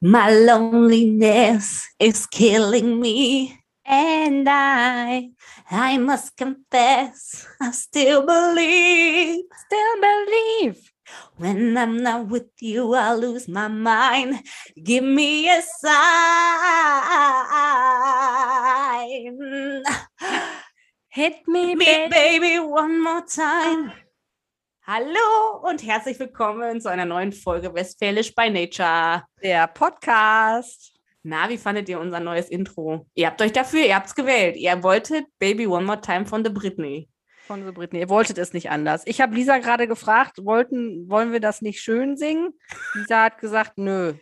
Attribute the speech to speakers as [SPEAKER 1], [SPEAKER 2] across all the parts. [SPEAKER 1] My loneliness is killing me. And I, I must confess, I still believe,
[SPEAKER 2] Still believe.
[SPEAKER 1] when I'm not with you, I lose my mind. Give me a sign.
[SPEAKER 2] Hit me,
[SPEAKER 1] Me,
[SPEAKER 2] baby.
[SPEAKER 1] baby, one more time. Hallo und herzlich willkommen zu einer neuen Folge Westfälisch by Nature.
[SPEAKER 2] Der Podcast.
[SPEAKER 1] Na, wie fandet ihr unser neues Intro? Ihr habt euch dafür, ihr habt's gewählt. Ihr wolltet Baby One More Time von The Britney.
[SPEAKER 2] Von so Britney. Ihr wolltet es nicht anders. Ich habe Lisa gerade gefragt, wollten, wollen wir das nicht schön singen? Lisa hat gesagt, nö.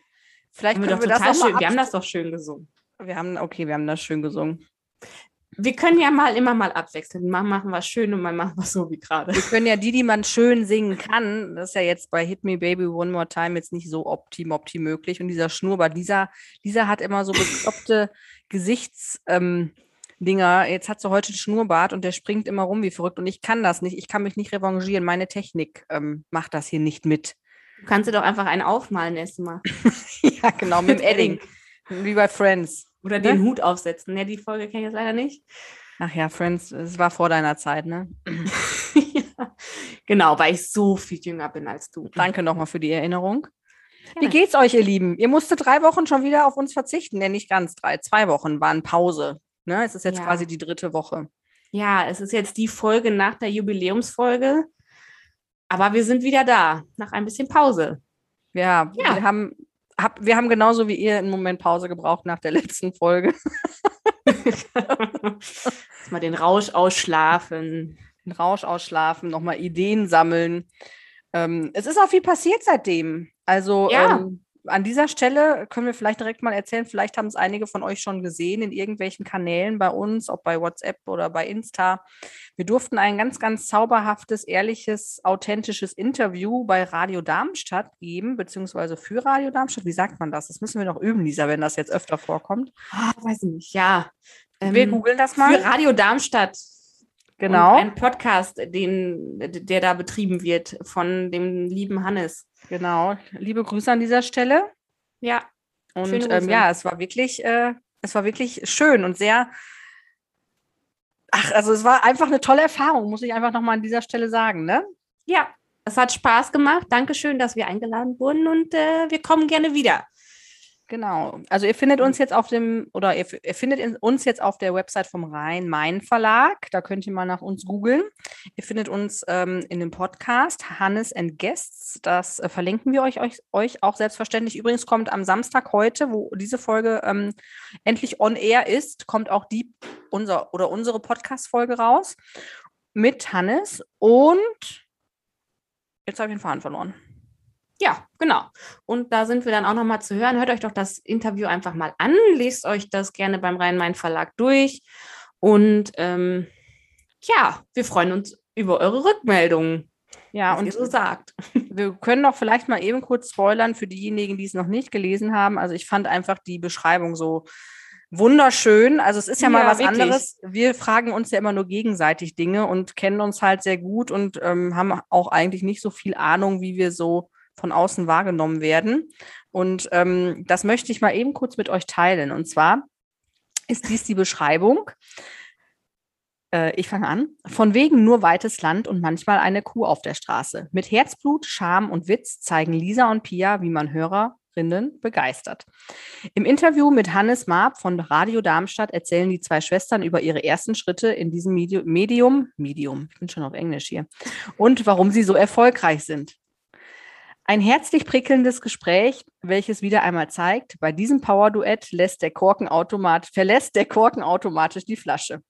[SPEAKER 2] Vielleicht
[SPEAKER 1] Haben wir,
[SPEAKER 2] können
[SPEAKER 1] doch
[SPEAKER 2] wir, das
[SPEAKER 1] total
[SPEAKER 2] noch mal
[SPEAKER 1] schön, wir haben
[SPEAKER 2] abs-
[SPEAKER 1] das doch schön gesungen.
[SPEAKER 2] wir haben, okay, wir haben das schön gesungen.
[SPEAKER 1] Wir können ja mal immer mal abwechseln. Mal machen wir schön und mal machen wir so wie gerade.
[SPEAKER 2] Wir können ja die, die man schön singen kann, das ist ja jetzt bei Hit Me Baby One More Time jetzt nicht so optim opti möglich. Und dieser Schnurrbart, Lisa, Lisa hat immer so bekloppte Gesichtsdinger. Ähm, Dinger. jetzt hat sie heute einen Schnurrbart und der springt immer rum wie verrückt. Und ich kann das nicht. Ich kann mich nicht revanchieren. Meine Technik ähm, macht das hier nicht mit.
[SPEAKER 1] Du kannst dir doch einfach einen aufmalen, erstmal.
[SPEAKER 2] ja, genau, mit dem Edding. Wie bei Friends.
[SPEAKER 1] Oder
[SPEAKER 2] Ne?
[SPEAKER 1] den Hut aufsetzen. Ja, die Folge kenne ich jetzt leider nicht.
[SPEAKER 2] Ach ja, Friends, es war vor deiner Zeit, ne?
[SPEAKER 1] ja. Genau, weil ich so viel jünger bin als du.
[SPEAKER 2] Danke nochmal für die Erinnerung. Wie
[SPEAKER 1] Gerne.
[SPEAKER 2] geht's euch, ihr Lieben? Ihr musstet drei Wochen schon wieder auf uns verzichten. Nee, nicht ganz drei. Zwei Wochen waren Pause. Ne? Es ist jetzt
[SPEAKER 1] Ja.
[SPEAKER 2] quasi die dritte Woche.
[SPEAKER 1] Ja, es ist jetzt die Folge nach der Jubiläumsfolge. Aber wir sind wieder da, nach ein bisschen Pause.
[SPEAKER 2] Ja,
[SPEAKER 1] Ja.
[SPEAKER 2] Wir, haben, hab, wir haben genauso wie ihr einen Moment Pause gebraucht nach der letzten Folge.
[SPEAKER 1] Erstmal den Rausch ausschlafen.
[SPEAKER 2] Den Rausch ausschlafen, nochmal Ideen sammeln. Ähm, es ist auch viel passiert seitdem. Also
[SPEAKER 1] Ja.
[SPEAKER 2] ähm, an dieser Stelle können wir vielleicht direkt mal erzählen, vielleicht haben es einige von euch schon gesehen in irgendwelchen Kanälen bei uns, ob bei WhatsApp oder bei Insta. Wir durften ein ganz, ganz zauberhaftes, ehrliches, authentisches Interview bei Radio Darmstadt geben, beziehungsweise für Radio Darmstadt. Wie sagt man das? Das müssen wir noch üben, Lisa, wenn das jetzt öfter vorkommt.
[SPEAKER 1] Ah, weiß ich nicht, ja. Ähm,
[SPEAKER 2] wir googeln das
[SPEAKER 1] für
[SPEAKER 2] mal.
[SPEAKER 1] Radio Darmstadt.
[SPEAKER 2] Genau.
[SPEAKER 1] Und ein Podcast, den, der da betrieben wird von dem lieben Hannes.
[SPEAKER 2] Genau. Liebe Grüße an dieser Stelle.
[SPEAKER 1] Ja, Schöne
[SPEAKER 2] Und ähm,
[SPEAKER 1] Grüße.
[SPEAKER 2] ja, es war wirklich, äh, es war wirklich schön und sehr. Ach, also es war einfach eine tolle Erfahrung, muss ich einfach nochmal an dieser Stelle sagen, ne?
[SPEAKER 1] ja. Es hat Spaß gemacht. Dankeschön, dass wir eingeladen wurden und äh, wir kommen gerne wieder.
[SPEAKER 2] Genau. Also ihr findet uns jetzt auf dem, oder ihr, ihr findet in- uns jetzt auf der Website vom Rhein-Main-Verlag. Da könnt ihr mal nach uns googeln. Ihr findet uns ähm, in dem Podcast Hannes and Guests. Das äh, verlinken wir euch, euch, euch auch selbstverständlich. Übrigens kommt am Samstag heute, wo diese Folge ähm, endlich on air ist, kommt auch die unser oder unsere Podcast-Folge raus mit Hannes und jetzt habe ich den Faden verloren.
[SPEAKER 1] Ja, genau. Und da sind wir dann auch nochmal zu hören. Hört euch doch das Interview einfach mal an. Lest euch das gerne beim Rhein-Main-Verlag durch. Und ähm, ja, wir freuen uns über eure Rückmeldungen,
[SPEAKER 2] Ja,
[SPEAKER 1] was ihr so sagt.
[SPEAKER 2] Wir können doch vielleicht mal eben kurz spoilern für diejenigen, die es noch nicht gelesen haben. Also ich fand einfach die Beschreibung so wunderschön. Also es ist ja, mal
[SPEAKER 1] Ja,
[SPEAKER 2] was
[SPEAKER 1] wirklich.
[SPEAKER 2] anderes. Wir fragen uns ja immer nur gegenseitig Dinge und kennen uns halt sehr gut und ähm, haben auch eigentlich nicht so viel Ahnung, wie wir so von außen wahrgenommen werden. Und ähm, das möchte ich mal eben kurz mit euch teilen. Und zwar ist dies die Beschreibung. Äh, ich fange an. Von wegen nur weites Land und manchmal eine Kuh auf der Straße. Mit Herzblut, Charme und Witz zeigen Lisa und Pia, wie man Hörerinnen begeistert. Im Interview mit Hannes Marb von Radio Darmstadt erzählen die zwei Schwestern über ihre ersten Schritte in diesem Medi- Medium, Medium, ich bin schon auf Englisch hier, und warum sie so erfolgreich sind. Ein herzlich prickelndes Gespräch, welches wieder einmal zeigt, bei diesem Power-Duett lässt der Korkenautomat, verlässt der Korken automatisch die Flasche.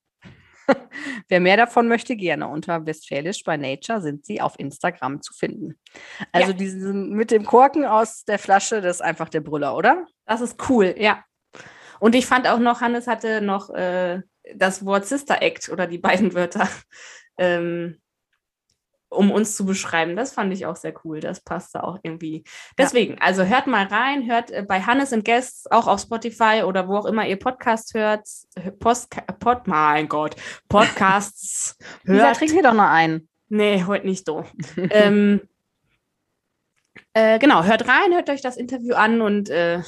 [SPEAKER 2] Wer mehr davon möchte, gerne. Unter Westfälisch bei Nature sind sie auf Instagram zu finden. Also diesen mit dem Korken aus der Flasche, das ist einfach der Brüller, oder?
[SPEAKER 1] Das ist cool, ja. Und ich fand auch noch, Hannes hatte noch äh, das Wort Sister Act oder die beiden Wörter, ähm, um uns zu beschreiben. Das fand ich auch sehr cool. Das passte auch irgendwie. Deswegen, also hört mal rein, hört äh, bei Hannes und Guests auch auf Spotify oder wo auch immer ihr Podcast hört. äh, Post, Pod, mein Gott, Podcasts
[SPEAKER 2] Lisa,
[SPEAKER 1] hört.
[SPEAKER 2] trink hier doch noch einen.
[SPEAKER 1] Nee, heute nicht so. ähm, äh, genau, hört rein, hört euch das Interview an und äh,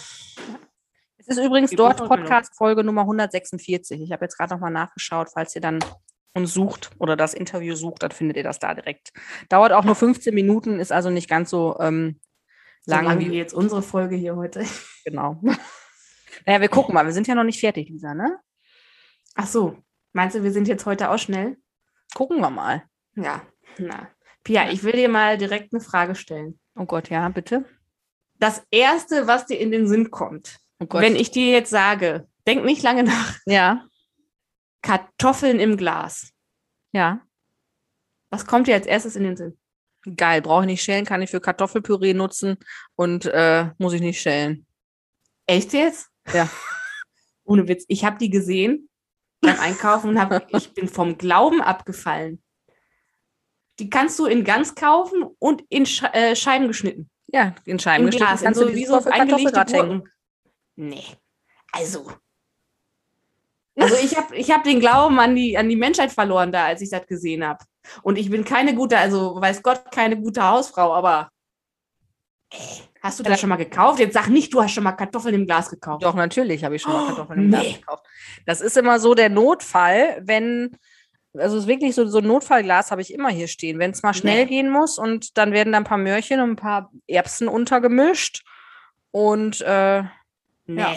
[SPEAKER 2] Es ist übrigens
[SPEAKER 1] Die
[SPEAKER 2] dort
[SPEAKER 1] Buchhandlung.
[SPEAKER 2] Podcast-Folge Nummer 146. Ich habe jetzt gerade nochmal nachgeschaut, falls ihr dann uns sucht oder das Interview sucht, dann findet ihr das da direkt. Dauert auch nur 15 Minuten, ist also nicht ganz so ähm, lang,
[SPEAKER 1] Lang
[SPEAKER 2] wie
[SPEAKER 1] wie jetzt unsere Folge hier heute.
[SPEAKER 2] genau. naja, wir gucken mal. Wir sind ja noch nicht fertig, Lisa, ne?
[SPEAKER 1] Ach so, meinst du, wir sind jetzt heute auch schnell?
[SPEAKER 2] Gucken wir mal.
[SPEAKER 1] Ja, na. Pia, ich will dir mal direkt eine Frage stellen.
[SPEAKER 2] Oh Gott, ja, bitte.
[SPEAKER 1] Das Erste, was dir in den Sinn kommt,
[SPEAKER 2] Oh Gott.
[SPEAKER 1] wenn ich dir jetzt sage, denk nicht lange nach,
[SPEAKER 2] ja,
[SPEAKER 1] Kartoffeln im Glas.
[SPEAKER 2] ja.
[SPEAKER 1] Was kommt dir als erstes in den Sinn?
[SPEAKER 2] Geil, brauche ich nicht schälen, kann ich für Kartoffelpüree nutzen und äh, muss ich nicht schälen.
[SPEAKER 1] Echt jetzt?
[SPEAKER 2] Ja.
[SPEAKER 1] Ohne Witz, ich habe die gesehen beim Einkaufen und hab, ich bin vom Glauben abgefallen. Die kannst du in ganz kaufen und in Sch äh, Scheiben geschnitten.
[SPEAKER 2] Ja, in Scheiben
[SPEAKER 1] Im
[SPEAKER 2] geschnitten
[SPEAKER 1] Glas, in
[SPEAKER 2] kannst du
[SPEAKER 1] so,
[SPEAKER 2] die
[SPEAKER 1] wie so
[SPEAKER 2] super für
[SPEAKER 1] eingelegte
[SPEAKER 2] Kartoffelgratin.
[SPEAKER 1] Gurken. Nee, also. Also ich habe ich hab den Glauben an die, an die Menschheit verloren da, als ich das gesehen habe. Und ich bin keine gute, also weiß Gott, keine gute Hausfrau, aber ey, hast du das schon mal gekauft? Jetzt sag nicht, du hast schon mal Kartoffeln im Glas gekauft.
[SPEAKER 2] Doch, natürlich habe ich schon mal
[SPEAKER 1] Oh,
[SPEAKER 2] Kartoffeln im Glas
[SPEAKER 1] nee.
[SPEAKER 2] gekauft. Das ist immer so der Notfall, wenn, also es ist wirklich so, so ein Notfallglas habe ich immer hier stehen. Wenn es mal schnell
[SPEAKER 1] Nee.
[SPEAKER 2] gehen muss und dann werden da ein paar Möhrchen und ein paar Erbsen untergemischt. Und äh,
[SPEAKER 1] Nee.
[SPEAKER 2] Ja.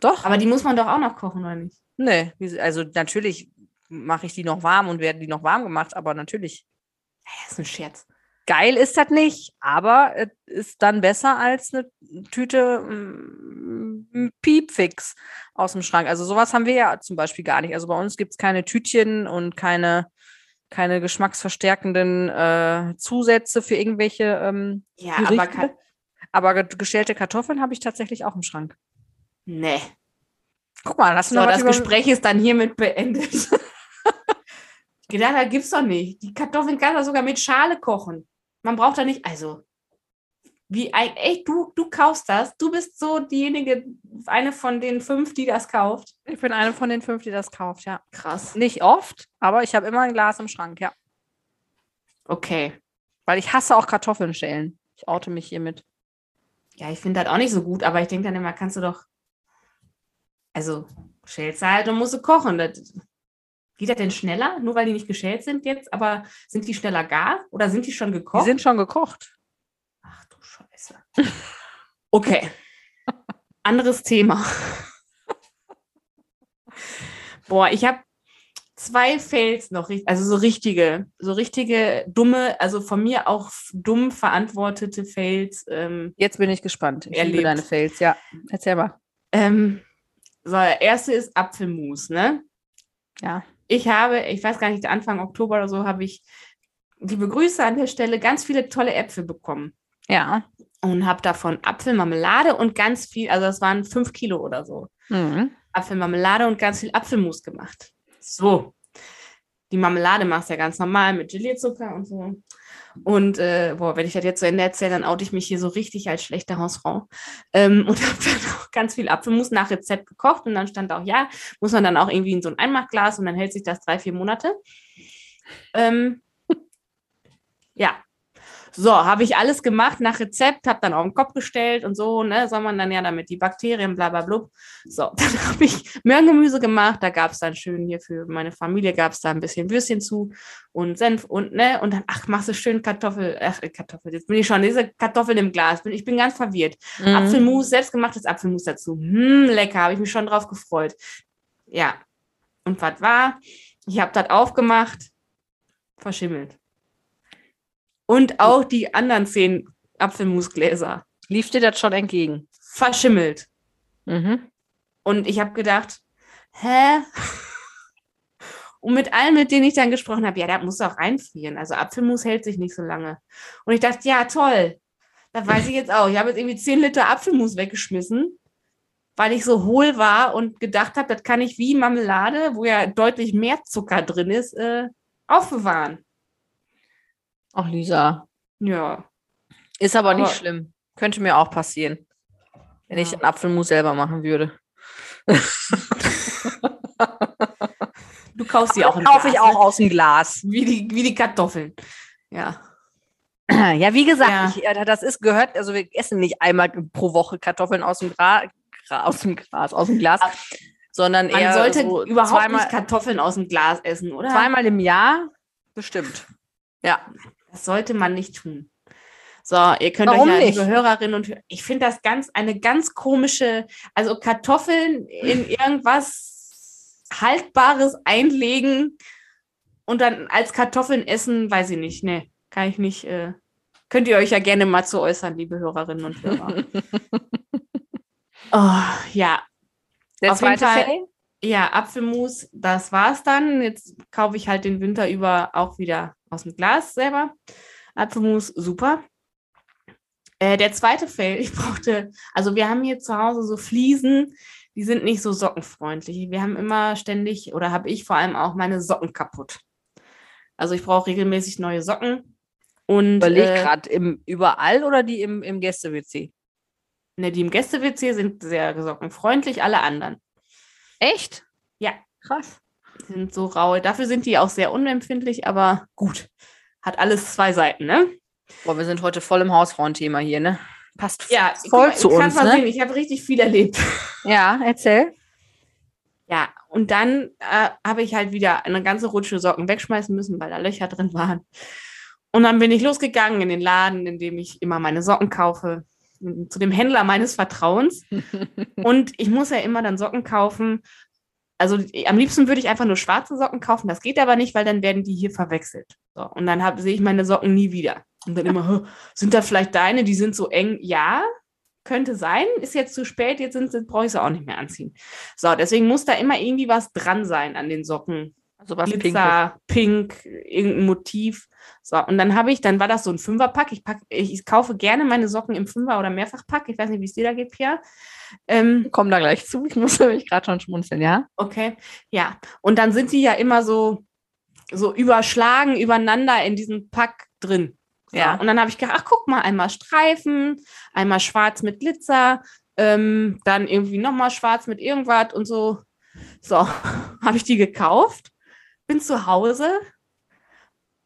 [SPEAKER 2] doch,
[SPEAKER 1] Aber die muss man doch auch noch kochen, oder nicht?
[SPEAKER 2] nee, wie- also natürlich mache ich die noch warm und werden die noch warm gemacht, aber natürlich.
[SPEAKER 1] Das ist ein Scherz.
[SPEAKER 2] Geil ist das nicht, aber es ist dann besser als eine Tüte mm, Piepfix aus dem Schrank. Also sowas haben wir ja zum Beispiel gar nicht. Also bei uns gibt es keine Tütchen und keine, keine geschmacksverstärkenden äh, Zusätze für irgendwelche ähm,
[SPEAKER 1] Ja, aber
[SPEAKER 2] Gerichte.
[SPEAKER 1] kann,
[SPEAKER 2] Aber, aber ge- geschälte Kartoffeln habe ich tatsächlich auch im Schrank.
[SPEAKER 1] nee.
[SPEAKER 2] Guck mal, hast du
[SPEAKER 1] So,
[SPEAKER 2] noch was
[SPEAKER 1] das
[SPEAKER 2] über...
[SPEAKER 1] Gespräch ist dann hiermit beendet. Ich Gedacht, da gibt's doch nicht. Die Kartoffeln kann man sogar mit Schale kochen. Man braucht da nicht, also wie ein- echt du du kaufst das. Du bist so diejenige, eine von den fünf, die das kauft.
[SPEAKER 2] Ich bin eine von den fünf, die das kauft, ja.
[SPEAKER 1] Krass.
[SPEAKER 2] Nicht oft, aber ich habe immer ein Glas im Schrank, ja.
[SPEAKER 1] Okay.
[SPEAKER 2] Weil ich hasse auch Kartoffeln schälen. Ich oute mich hiermit.
[SPEAKER 1] Ja, ich finde das auch nicht so gut, aber ich denke dann immer, kannst du doch, also schälst du halt und musst du kochen. Das, geht das denn schneller? Nur weil die nicht geschält sind jetzt, aber sind die schneller gar oder sind die schon
[SPEAKER 2] Die
[SPEAKER 1] gekocht?
[SPEAKER 2] sind schon gekocht.
[SPEAKER 1] Ach du Scheiße. Okay. Anderes Thema. Boah, ich habe zwei Fails noch, richt- also so richtige, so richtige dumme, also von mir auch f- dumm verantwortete Fails. Ähm,
[SPEAKER 2] Jetzt bin ich gespannt. Ich liebe
[SPEAKER 1] Erlebt.
[SPEAKER 2] deine Fails, ja. Erzähl mal.
[SPEAKER 1] ähm, so, der erste ist Apfelmus, ne?
[SPEAKER 2] Ja.
[SPEAKER 1] ich habe, ich weiß gar nicht, Anfang Oktober oder so, habe ich, liebe Grüße an der Stelle, ganz viele tolle Äpfel bekommen.
[SPEAKER 2] Ja.
[SPEAKER 1] und habe davon Apfelmarmelade und ganz viel, also das waren fünf Kilo oder so,
[SPEAKER 2] Mhm.
[SPEAKER 1] Apfelmarmelade und ganz viel Apfelmus gemacht. So. Die Marmelade machst du ja ganz normal mit Gelierzucker und so. Und äh, boah, wenn ich das jetzt zu Ende erzähle, dann oute ich mich hier so richtig als schlechte Hausfrau. Ähm, und habe dann auch ganz viel Apfelmus nach Rezept gekocht. Und dann stand auch, ja, muss man dann auch irgendwie in so ein Einmachglas und dann hält sich das drei, vier Monate. Ähm, ja. So, habe ich alles gemacht nach Rezept, habe dann auf den Kopf gestellt und so, ne, soll man dann ja damit die Bakterien, bla bla blub. So, dann habe ich Möhrengemüse gemacht, da gab es dann schön hier für meine Familie, gab es da ein bisschen Würstchen zu und Senf und ne, und dann, ach, machst du schön Kartoffel, ach, Kartoffel, jetzt bin ich schon, diese Kartoffeln im Glas, bin, ich bin ganz verwirrt.
[SPEAKER 2] Mhm.
[SPEAKER 1] Apfelmus, selbstgemachtes Apfelmus dazu. Hm, lecker, habe ich mich schon drauf gefreut. Ja. Und was war? Ich habe das aufgemacht, verschimmelt. Und auch die anderen zehn Apfelmusgläser
[SPEAKER 2] Lief dir das schon entgegen?
[SPEAKER 1] verschimmelt.
[SPEAKER 2] Mhm.
[SPEAKER 1] Und ich habe gedacht, hä? Und mit allen, mit denen ich dann gesprochen habe, ja, das muss auch einfrieren. Also Apfelmus hält sich nicht so lange. Und ich dachte, ja, toll. Das weiß ich jetzt auch. Ich habe jetzt irgendwie 10 Liter Apfelmus weggeschmissen, weil ich so hohl war und gedacht habe, das kann ich wie Marmelade, wo ja deutlich mehr Zucker drin ist, äh, aufbewahren.
[SPEAKER 2] Ach, Lisa.
[SPEAKER 1] Ja.
[SPEAKER 2] Ist aber, nicht
[SPEAKER 1] Aber-
[SPEAKER 2] schlimm. Könnte mir auch passieren, wenn ich
[SPEAKER 1] Ja.
[SPEAKER 2] einen Apfelmus selber machen würde.
[SPEAKER 1] Du kaufst die
[SPEAKER 2] Aber
[SPEAKER 1] auch
[SPEAKER 2] das
[SPEAKER 1] im
[SPEAKER 2] kaufe ich
[SPEAKER 1] Glas,
[SPEAKER 2] auch
[SPEAKER 1] ne?
[SPEAKER 2] aus dem Glas.
[SPEAKER 1] Wie die, wie die Kartoffeln. Ja.
[SPEAKER 2] Ja, wie gesagt,
[SPEAKER 1] Ja.
[SPEAKER 2] Ich, äh, das ist gehört, also wir essen nicht einmal pro Woche Kartoffeln aus dem Gra Gras, aus dem Gras, aus dem Glas, sondern
[SPEAKER 1] Man
[SPEAKER 2] eher
[SPEAKER 1] sollte
[SPEAKER 2] so
[SPEAKER 1] überhaupt
[SPEAKER 2] zweimal,
[SPEAKER 1] nicht Kartoffeln aus dem Glas essen, oder?
[SPEAKER 2] zweimal im Jahr bestimmt. Ja,
[SPEAKER 1] Das sollte man nicht tun. So, ihr könnt
[SPEAKER 2] Warum
[SPEAKER 1] euch ja,
[SPEAKER 2] nicht?
[SPEAKER 1] liebe Hörerinnen und Hörer, ich finde das ganz, eine ganz komische, also Kartoffeln in irgendwas Haltbares einlegen und dann als Kartoffeln essen, weiß ich nicht, ne, kann ich nicht, äh, könnt ihr euch ja gerne mal zu äußern, liebe Hörerinnen und Hörer. oh, ja,
[SPEAKER 2] der
[SPEAKER 1] Auf jeden
[SPEAKER 2] zweite
[SPEAKER 1] Fall-
[SPEAKER 2] Fail.
[SPEAKER 1] ja, Apfelmus, das war's dann. Jetzt kaufe ich halt den Winter über auch wieder aus dem Glas selber. Apfelmus, super. Äh, der zweite Fail, ich brauchte, also wir haben hier zu Hause so Fliesen, die sind nicht so sockenfreundlich. Wir haben immer ständig, oder habe ich vor allem auch meine Socken kaputt. Also ich brauche regelmäßig neue Socken. Und
[SPEAKER 2] Überleg
[SPEAKER 1] äh,
[SPEAKER 2] gerade im überall oder die im, im Gäste-WC?
[SPEAKER 1] ne, die im Gäste-WC sind sehr sockenfreundlich, alle anderen.
[SPEAKER 2] Echt?
[SPEAKER 1] Ja.
[SPEAKER 2] Krass.
[SPEAKER 1] sind so raue. Dafür sind die auch sehr unempfindlich, aber gut. Hat alles zwei Seiten, ne?
[SPEAKER 2] Boah, wir sind heute voll im Hausfrauenthema hier, ne? Passt
[SPEAKER 1] guck
[SPEAKER 2] voll
[SPEAKER 1] mal,
[SPEAKER 2] zu
[SPEAKER 1] du
[SPEAKER 2] uns,
[SPEAKER 1] kannst mal
[SPEAKER 2] ne?
[SPEAKER 1] sehen, ich habe richtig viel erlebt.
[SPEAKER 2] Ja, erzähl.
[SPEAKER 1] Ja, und dann äh, habe ich halt wieder eine ganze Rutsche Socken wegschmeißen müssen, weil da Löcher drin waren. Und dann bin ich losgegangen in den Laden, in dem ich immer meine Socken kaufe, m- zu dem Händler meines Vertrauens. und ich muss ja immer dann Socken kaufen. Also eh, am liebsten würde ich einfach nur schwarze Socken kaufen, das geht aber nicht, weil dann werden die hier verwechselt. So, und dann hab- sehe ich meine Socken nie wieder. Und dann immer, "Hä, sind da vielleicht deine, die sind so eng? Ja, könnte sein, ist jetzt zu spät, jetzt sind, sind brauche ich sie auch nicht mehr anziehen. So, deswegen muss da immer irgendwie was dran sein an den Socken.
[SPEAKER 2] Also was Pinkes.
[SPEAKER 1] Glitzer, Pink, irgendein Motiv. So, und dann habe ich, dann war das so ein Fünferpack. Ich, pack, ich, ich kaufe gerne meine Socken im Fünfer- oder Mehrfachpack. Ich weiß nicht, wie es dir da geht, Pia. Ähm,
[SPEAKER 2] Komm da gleich zu. Ich muss nämlich gerade schon schmunzeln, ja?
[SPEAKER 1] okay, ja. Und dann sind die ja immer so, so überschlagen übereinander in diesem Pack drin. So,
[SPEAKER 2] Ja.
[SPEAKER 1] Und dann habe ich gedacht, ach, guck mal, einmal Streifen, einmal schwarz mit Glitzer, ähm, dann irgendwie nochmal schwarz mit irgendwas und so. So, habe ich die gekauft, bin zu Hause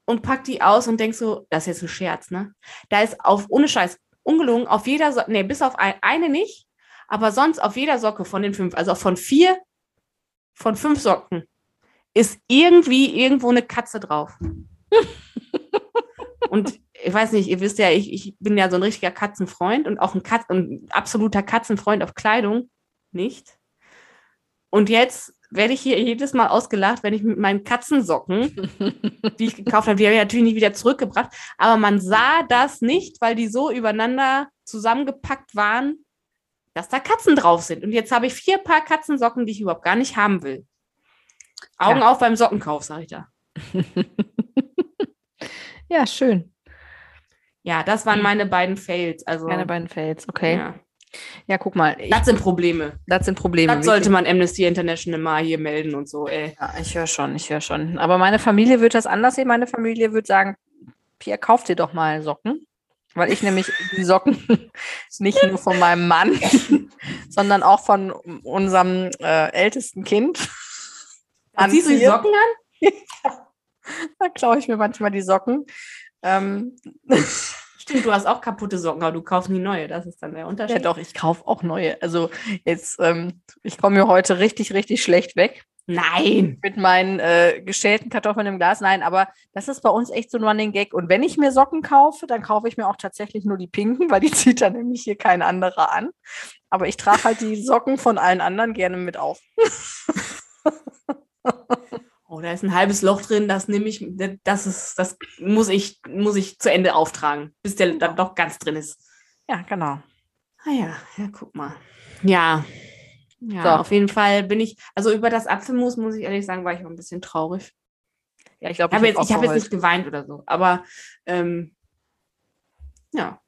[SPEAKER 1] und pack die aus und denk so, das ist jetzt ein Scherz, ne? Da ist auf, ohne Scheiß, ungelungen, auf jeder Socke, nee, bis auf ein, eine nicht, aber sonst auf jeder Socke von den fünf, also von vier, von fünf Socken, ist irgendwie irgendwo eine Katze drauf. und ich weiß nicht, ihr wisst ja, ich, ich bin ja so ein richtiger Katzenfreund und auch ein, Katz, ein absoluter Katzenfreund auf Kleidung, nicht? Und jetzt werde ich hier jedes Mal ausgelacht, wenn ich mit meinen Katzensocken die ich gekauft habe, die habe ich natürlich nicht wieder zurückgebracht. Aber man sah das nicht, weil die so übereinander zusammengepackt waren, dass da Katzen drauf sind. Und jetzt habe ich vier Paar Katzensocken, die ich überhaupt gar nicht haben will. Augen auf beim Sockenkauf, sage ich da.
[SPEAKER 2] ja, schön.
[SPEAKER 1] Ja, das waren meine beiden Fails. Also,
[SPEAKER 2] Mhm. Meine beiden Fails, okay. Ja,
[SPEAKER 1] ja.
[SPEAKER 2] guck mal. Ich,
[SPEAKER 1] Das sind Probleme.
[SPEAKER 2] das sind Probleme.
[SPEAKER 1] Das sollte man Amnesty International mal hier melden und so, ey.
[SPEAKER 2] Ja, ich höre schon, ich höre schon. Aber meine Familie wird das anders sehen. Meine Familie wird sagen, Pia, kauf dir doch mal Socken. Weil ich nämlich die Socken nicht nur von meinem Mann, sondern auch von unserem äh, ältesten Kind.
[SPEAKER 1] Dann ziehst du die
[SPEAKER 2] anziehe.
[SPEAKER 1] Socken an?
[SPEAKER 2] Da klaue ich mir manchmal die Socken. Ähm,
[SPEAKER 1] Stimmt, du hast auch kaputte Socken, aber du kaufst nie neue. Das ist dann der Unterschied.
[SPEAKER 2] ja, doch, ich kaufe auch neue. Also jetzt, ähm, ich komme mir heute richtig, richtig schlecht weg.
[SPEAKER 1] Nein.
[SPEAKER 2] mit meinen äh, geschälten Kartoffeln im Glas. Nein, aber das ist bei uns echt so ein Running Gag. Und wenn ich mir Socken kaufe, dann kaufe ich mir auch tatsächlich nur die pinken, weil die zieht dann nämlich hier kein anderer an. Aber ich trage halt die Socken von allen anderen gerne mit auf.
[SPEAKER 1] Oh, da ist ein halbes Loch drin, das nehme ich, das ist, das muss ich, muss ich zu Ende auftragen, bis der
[SPEAKER 2] Genau.
[SPEAKER 1] dann doch ganz drin ist.
[SPEAKER 2] Ja, genau.
[SPEAKER 1] Ah ja, ja, guck mal. Ja. Ja,
[SPEAKER 2] So.
[SPEAKER 1] auf jeden Fall bin ich, also über das Apfelmus muss ich ehrlich sagen, war ich auch ein bisschen traurig.
[SPEAKER 2] Ja, ich
[SPEAKER 1] Ich
[SPEAKER 2] glaube,
[SPEAKER 1] habe jetzt, ich
[SPEAKER 2] hab
[SPEAKER 1] habe jetzt nicht
[SPEAKER 2] geheult.
[SPEAKER 1] geweint oder so, aber ähm, ja.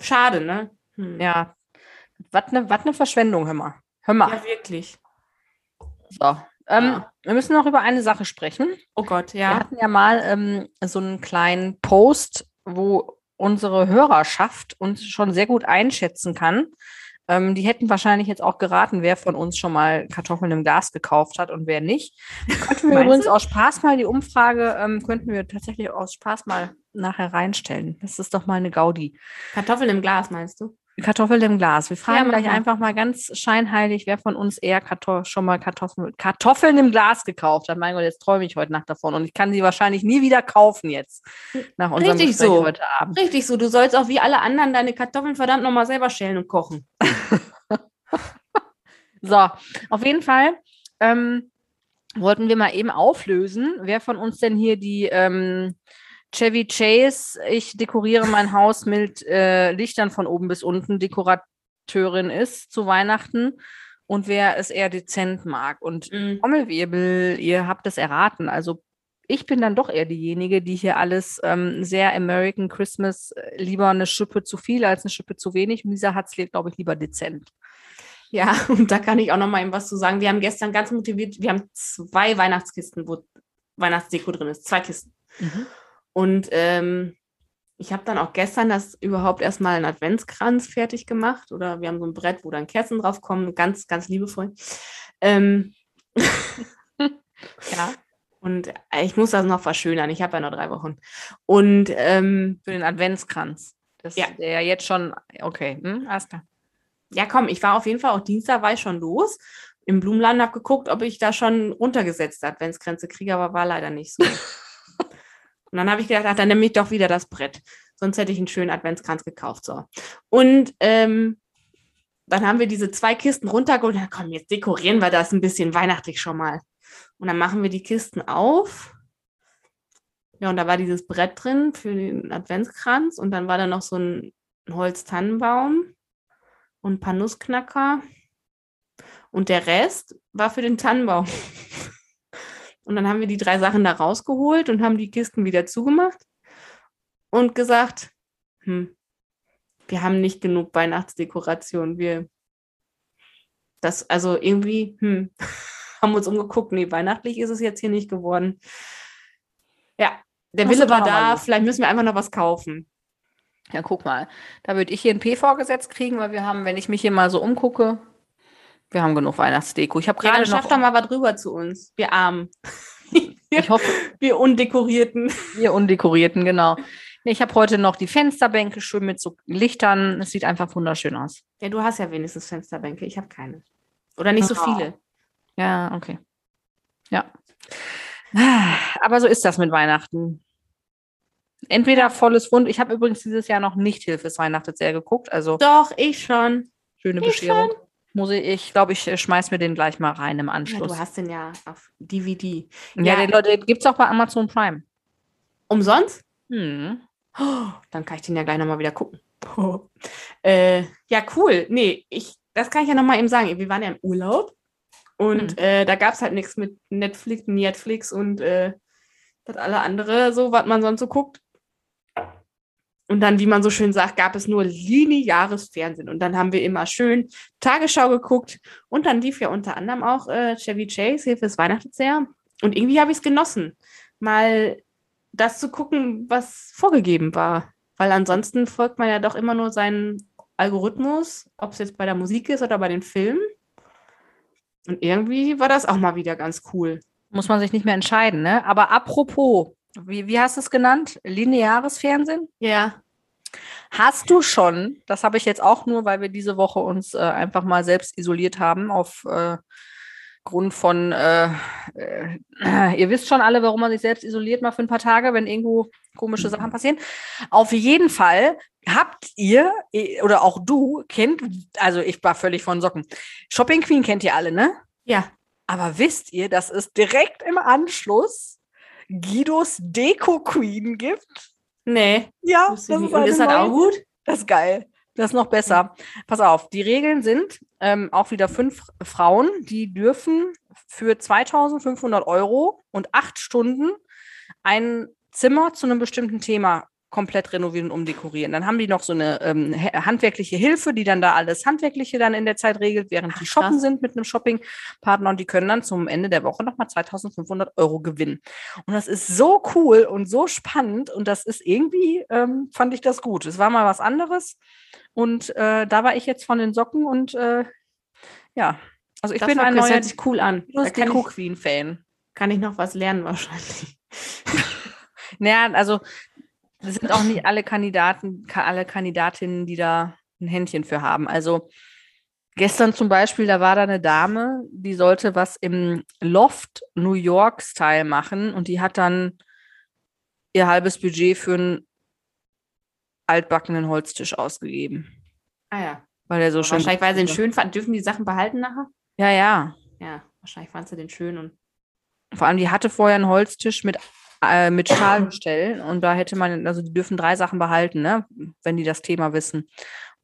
[SPEAKER 1] Schade, ne? Hm.
[SPEAKER 2] Ja. Was eine ne Verschwendung, hör mal. Hör mal.
[SPEAKER 1] ja, wirklich.
[SPEAKER 2] So. Ähm,
[SPEAKER 1] Ja.
[SPEAKER 2] Wir müssen noch über eine Sache sprechen.
[SPEAKER 1] Oh Gott,
[SPEAKER 2] Wir
[SPEAKER 1] ja.
[SPEAKER 2] hatten ja mal ähm, so einen kleinen Post, wo unsere Hörerschaft uns schon sehr gut einschätzen kann. Ähm, die hätten wahrscheinlich jetzt auch geraten, wer von uns schon mal Kartoffeln im Glas gekauft hat und wer nicht. Könnten wir
[SPEAKER 1] Meinst
[SPEAKER 2] übrigens
[SPEAKER 1] du?
[SPEAKER 2] aus Spaß mal die Umfrage, ähm, könnten wir tatsächlich aus Spaß mal nachher reinstellen. Das ist doch mal eine Gaudi.
[SPEAKER 1] Kartoffeln im Glas, meinst du?
[SPEAKER 2] Kartoffel im Glas. Wir
[SPEAKER 1] mach
[SPEAKER 2] fragen gleich
[SPEAKER 1] mal.
[SPEAKER 2] einfach mal ganz scheinheilig, wer von uns eher Karto schon mal Kartoffeln, Kartoffeln im Glas gekauft hat. Mein Gott, jetzt träume ich heute Nacht davon und ich kann sie wahrscheinlich nie wieder kaufen jetzt nach unserem
[SPEAKER 1] Richtig
[SPEAKER 2] Gespräch
[SPEAKER 1] so.
[SPEAKER 2] heute Abend.
[SPEAKER 1] Richtig so, du sollst auch wie alle anderen deine Kartoffeln verdammt nochmal selber schälen und kochen.
[SPEAKER 2] So, auf jeden Fall ähm, wollten wir mal eben auflösen, wer von uns denn hier die ähm, Chevy Chase, ich dekoriere mein Haus mit äh, Lichtern von oben bis unten, Dekorateurin ist zu Weihnachten und wer es eher dezent mag. Und
[SPEAKER 1] Mhm.
[SPEAKER 2] Trommelwirbel, ihr habt es erraten. Also ich bin dann doch eher diejenige, die hier alles ähm, sehr American Christmas äh, lieber eine Schippe zu viel als eine Schippe zu wenig. Und Lisa hat es, glaube ich, lieber dezent.
[SPEAKER 1] Ja, und da kann ich auch nochmal eben was zu sagen. Wir haben gestern ganz motiviert, wir haben zwei Weihnachtskisten, wo Weihnachtsdeko drin ist. Zwei Kisten. Mhm. Und ähm, ich habe dann auch gestern das überhaupt erstmal einen Adventskranz fertig gemacht. Oder wir haben so ein Brett, wo dann Kerzen drauf kommen. Ganz, ganz liebevoll. Ähm,
[SPEAKER 2] Ja.
[SPEAKER 1] und äh, ich muss das noch verschönern. Ich habe ja nur drei Wochen. Und ähm,
[SPEAKER 2] Für den Adventskranz. Das
[SPEAKER 1] Ja.
[SPEAKER 2] ja. der ja jetzt schon, okay, hm? alles klar.
[SPEAKER 1] ja, komm, ich war auf jeden Fall auch Dienstag, war ich schon los. Im Blumenladen habe geguckt, ob ich da schon runtergesetzte Adventsgrenze kriege, aber war leider nicht so. Und dann habe ich gedacht, ach, dann nehme ich doch wieder das Brett. Sonst hätte ich einen schönen Adventskranz gekauft. So. Und ähm, dann haben wir diese zwei Kisten runtergeholt. Na komm, jetzt dekorieren wir das ein bisschen weihnachtlich schon mal. Und dann machen wir die Kisten auf. Ja, und da war dieses Brett drin für den Adventskranz. Und dann war da noch so ein Holztannenbaum und ein paar Nussknacker. Und der Rest war für den Tannenbaum. Und dann haben wir die drei Sachen da rausgeholt und haben die Kisten wieder zugemacht und gesagt, hm, wir haben nicht genug Weihnachtsdekoration. Wir das, also irgendwie, hm, haben uns umgeguckt, nee, weihnachtlich ist es jetzt hier nicht geworden. Ja, der
[SPEAKER 2] Musst
[SPEAKER 1] Wille
[SPEAKER 2] du
[SPEAKER 1] war
[SPEAKER 2] doch noch mal
[SPEAKER 1] da,
[SPEAKER 2] los.
[SPEAKER 1] vielleicht müssen wir einfach noch was kaufen.
[SPEAKER 2] Ja, guck mal. Da würde ich hier ein P vorgesetzt kriegen, weil wir haben, wenn ich mich hier mal so umgucke, wir haben genug Weihnachtsdeko. Ich habe
[SPEAKER 1] Ja, dann
[SPEAKER 2] gerade
[SPEAKER 1] schafft doch mal
[SPEAKER 2] noch.
[SPEAKER 1] was drüber zu uns, wir Armen.
[SPEAKER 2] Ich hoffe,
[SPEAKER 1] Wir Undekorierten.
[SPEAKER 2] Wir undekorierten, genau. Nee, Ich habe heute noch die Fensterbänke schön mit so Lichtern. Es sieht einfach wunderschön aus.
[SPEAKER 1] Ja, du hast ja wenigstens Fensterbänke. Ich habe keine. Oder nicht so
[SPEAKER 2] Ah.
[SPEAKER 1] viele.
[SPEAKER 2] Ja, okay. Ja. Aber so ist das mit Weihnachten. Entweder volles Wund. Ich habe übrigens dieses Jahr noch nicht Hilfe ist Weihnachten sehr geguckt. Also
[SPEAKER 1] Doch, ich schon.
[SPEAKER 2] schöne
[SPEAKER 1] Ich
[SPEAKER 2] Bescherung. Muss ich, ich glaube, ich äh, schmeiß mir den gleich mal rein im
[SPEAKER 1] Ja,
[SPEAKER 2] Anschluss.
[SPEAKER 1] du
[SPEAKER 2] Ja,
[SPEAKER 1] hast den ja auf DVD. ja.
[SPEAKER 2] den, den gibt es auch bei Amazon Prime.
[SPEAKER 1] Umsonst?
[SPEAKER 2] Hm.
[SPEAKER 1] Oh, dann kann ich den ja gleich nochmal wieder gucken. Äh, ja, cool. Nee, ich, das kann ich ja nochmal eben sagen. Wir waren ja im Urlaub und
[SPEAKER 2] Hm.
[SPEAKER 1] äh, da gab es halt nichts mit Netflix, Netflix und äh, das alle andere, so, was man sonst so guckt. Und dann, wie man so schön sagt, gab es nur lineares Fernsehen. Und dann haben wir immer schön Tagesschau geguckt. Und dann lief ja unter anderem auch äh, Chevy Chase, Hilfe ist Weihnachtsjahr. Und irgendwie habe ich es genossen, mal das zu gucken, was vorgegeben war. Weil ansonsten folgt man ja doch immer nur seinen Algorithmus, ob es jetzt bei der Musik ist oder bei den Filmen. Und irgendwie war das auch mal wieder ganz cool.
[SPEAKER 2] Muss man sich nicht mehr entscheiden, ne? Aber apropos, wie, wie hast du es genannt? Lineares Fernsehen?
[SPEAKER 1] Ja.
[SPEAKER 2] Hast du schon, das habe ich jetzt auch nur, weil wir diese Woche uns äh, einfach mal selbst isoliert haben, auf äh, Grund von, äh, äh, ihr wisst schon alle, warum man sich selbst isoliert, mal für ein paar Tage, wenn irgendwo komische
[SPEAKER 1] Mhm.
[SPEAKER 2] Sachen passieren. Auf jeden Fall habt ihr eh, oder auch du kennt, also ich war völlig von Socken. Shopping Queen kennt ihr alle, ne?
[SPEAKER 1] Ja.
[SPEAKER 2] Aber wisst ihr, dass es direkt im Anschluss Guidos Deko Queen gibt?
[SPEAKER 1] Nee.
[SPEAKER 2] Ja,
[SPEAKER 1] wusste ich nicht. Und
[SPEAKER 2] eine
[SPEAKER 1] ist das
[SPEAKER 2] neue-
[SPEAKER 1] auch gut?
[SPEAKER 2] das ist geil. Das ist noch besser. Pass auf, die Regeln sind ähm, auch wieder fünf Frauen, die dürfen für 2500 Euro und acht Stunden ein Zimmer zu einem bestimmten Thema komplett renovieren und umdekorieren. Dann haben die noch so eine ähm, hä- handwerkliche Hilfe, die dann da alles Handwerkliche dann in der Zeit regelt, während
[SPEAKER 1] Ach,
[SPEAKER 2] die shoppen
[SPEAKER 1] krass.
[SPEAKER 2] sind mit einem Shoppingpartner und die können dann zum Ende der Woche nochmal 2500 Euro gewinnen. Und das ist so cool und so spannend und das ist irgendwie, ähm, fand ich das gut. Es war mal was anderes und äh, da war ich jetzt von den Socken und äh, ja, also ich
[SPEAKER 1] das
[SPEAKER 2] bin
[SPEAKER 1] war
[SPEAKER 2] ein
[SPEAKER 1] cool. Das
[SPEAKER 2] neuer
[SPEAKER 1] hört sich cool an. Da kann, ich,
[SPEAKER 2] Deko-Queen-Fan.
[SPEAKER 1] kann ich noch was lernen wahrscheinlich.
[SPEAKER 2] Naja, also es sind auch nicht alle Kandidaten, ka- alle Kandidatinnen, die da ein Händchen für haben. Also gestern zum Beispiel, da war da eine Dame, die sollte was im Loft New York-Style machen und die hat dann ihr halbes Budget für einen altbackenen Holztisch ausgegeben.
[SPEAKER 1] Ah ja.
[SPEAKER 2] Weil der so schön.
[SPEAKER 1] wahrscheinlich, weil sie den schön fanden. Dürfen die Sachen behalten nachher?
[SPEAKER 2] Ja, ja.
[SPEAKER 1] Ja, wahrscheinlich fand sie den schön und.
[SPEAKER 2] Vor allem, die hatte vorher einen Holztisch mit, äh, mit Schalengestell und da hätte man, also die dürfen drei Sachen behalten, ne? wenn die das Thema wissen. Und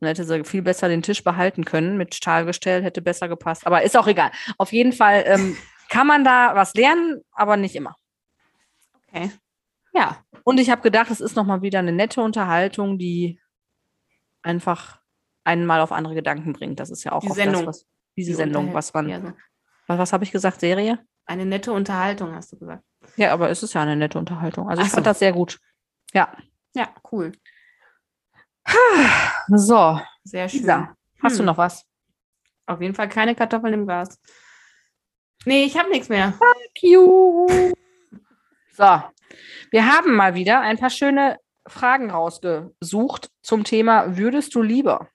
[SPEAKER 2] dann hätte sie viel besser den Tisch behalten können mit Stahlgestell, hätte besser gepasst. Aber ist auch egal. Auf jeden Fall ähm, kann man da was lernen, aber nicht immer.
[SPEAKER 1] Okay. Ja.
[SPEAKER 2] Und ich habe gedacht, es ist nochmal wieder eine nette Unterhaltung, die einfach einen mal auf andere Gedanken bringt. Das ist ja auch
[SPEAKER 1] Die
[SPEAKER 2] oft
[SPEAKER 1] Sendung.
[SPEAKER 2] das, was diese
[SPEAKER 1] Die
[SPEAKER 2] Sendung,
[SPEAKER 1] Unterhal-
[SPEAKER 2] was man,
[SPEAKER 1] Ja, so.
[SPEAKER 2] was, was habe ich gesagt, Serie?
[SPEAKER 1] Eine nette Unterhaltung, hast du gesagt.
[SPEAKER 2] Ja, aber es ist ja eine nette Unterhaltung. Also ich
[SPEAKER 1] Ach so.
[SPEAKER 2] fand das sehr gut. Ja.
[SPEAKER 1] Ja, cool.
[SPEAKER 2] So,
[SPEAKER 1] Sehr schön.
[SPEAKER 2] Lisa, hast du
[SPEAKER 1] Hm.
[SPEAKER 2] noch was?
[SPEAKER 1] Auf jeden Fall keine Kartoffeln im Glas. Nee, ich habe nichts mehr.
[SPEAKER 2] Juhu. So, wir haben mal wieder ein paar schöne Fragen rausgesucht zum Thema Würdest du lieber?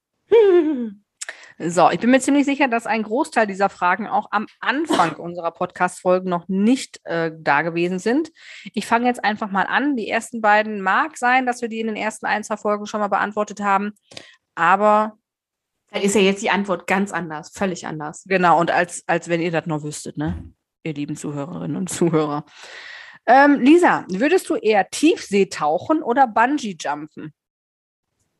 [SPEAKER 2] So, ich bin mir ziemlich sicher, dass ein Großteil dieser Fragen auch am Anfang unserer Podcast-Folgen noch nicht äh, da gewesen sind. Ich fange jetzt einfach mal an. Die ersten beiden mag sein, dass wir die in den ersten ein, zwei Folgen schon mal beantwortet haben. Aber
[SPEAKER 1] Dann ist ja jetzt die Antwort ganz anders, völlig anders.
[SPEAKER 2] Genau, und als, als wenn ihr das noch wüsstet, ne? Ihr lieben Zuhörerinnen und Zuhörer. Ähm, Lisa, würdest du eher Tiefsee tauchen oder Bungee jumpen?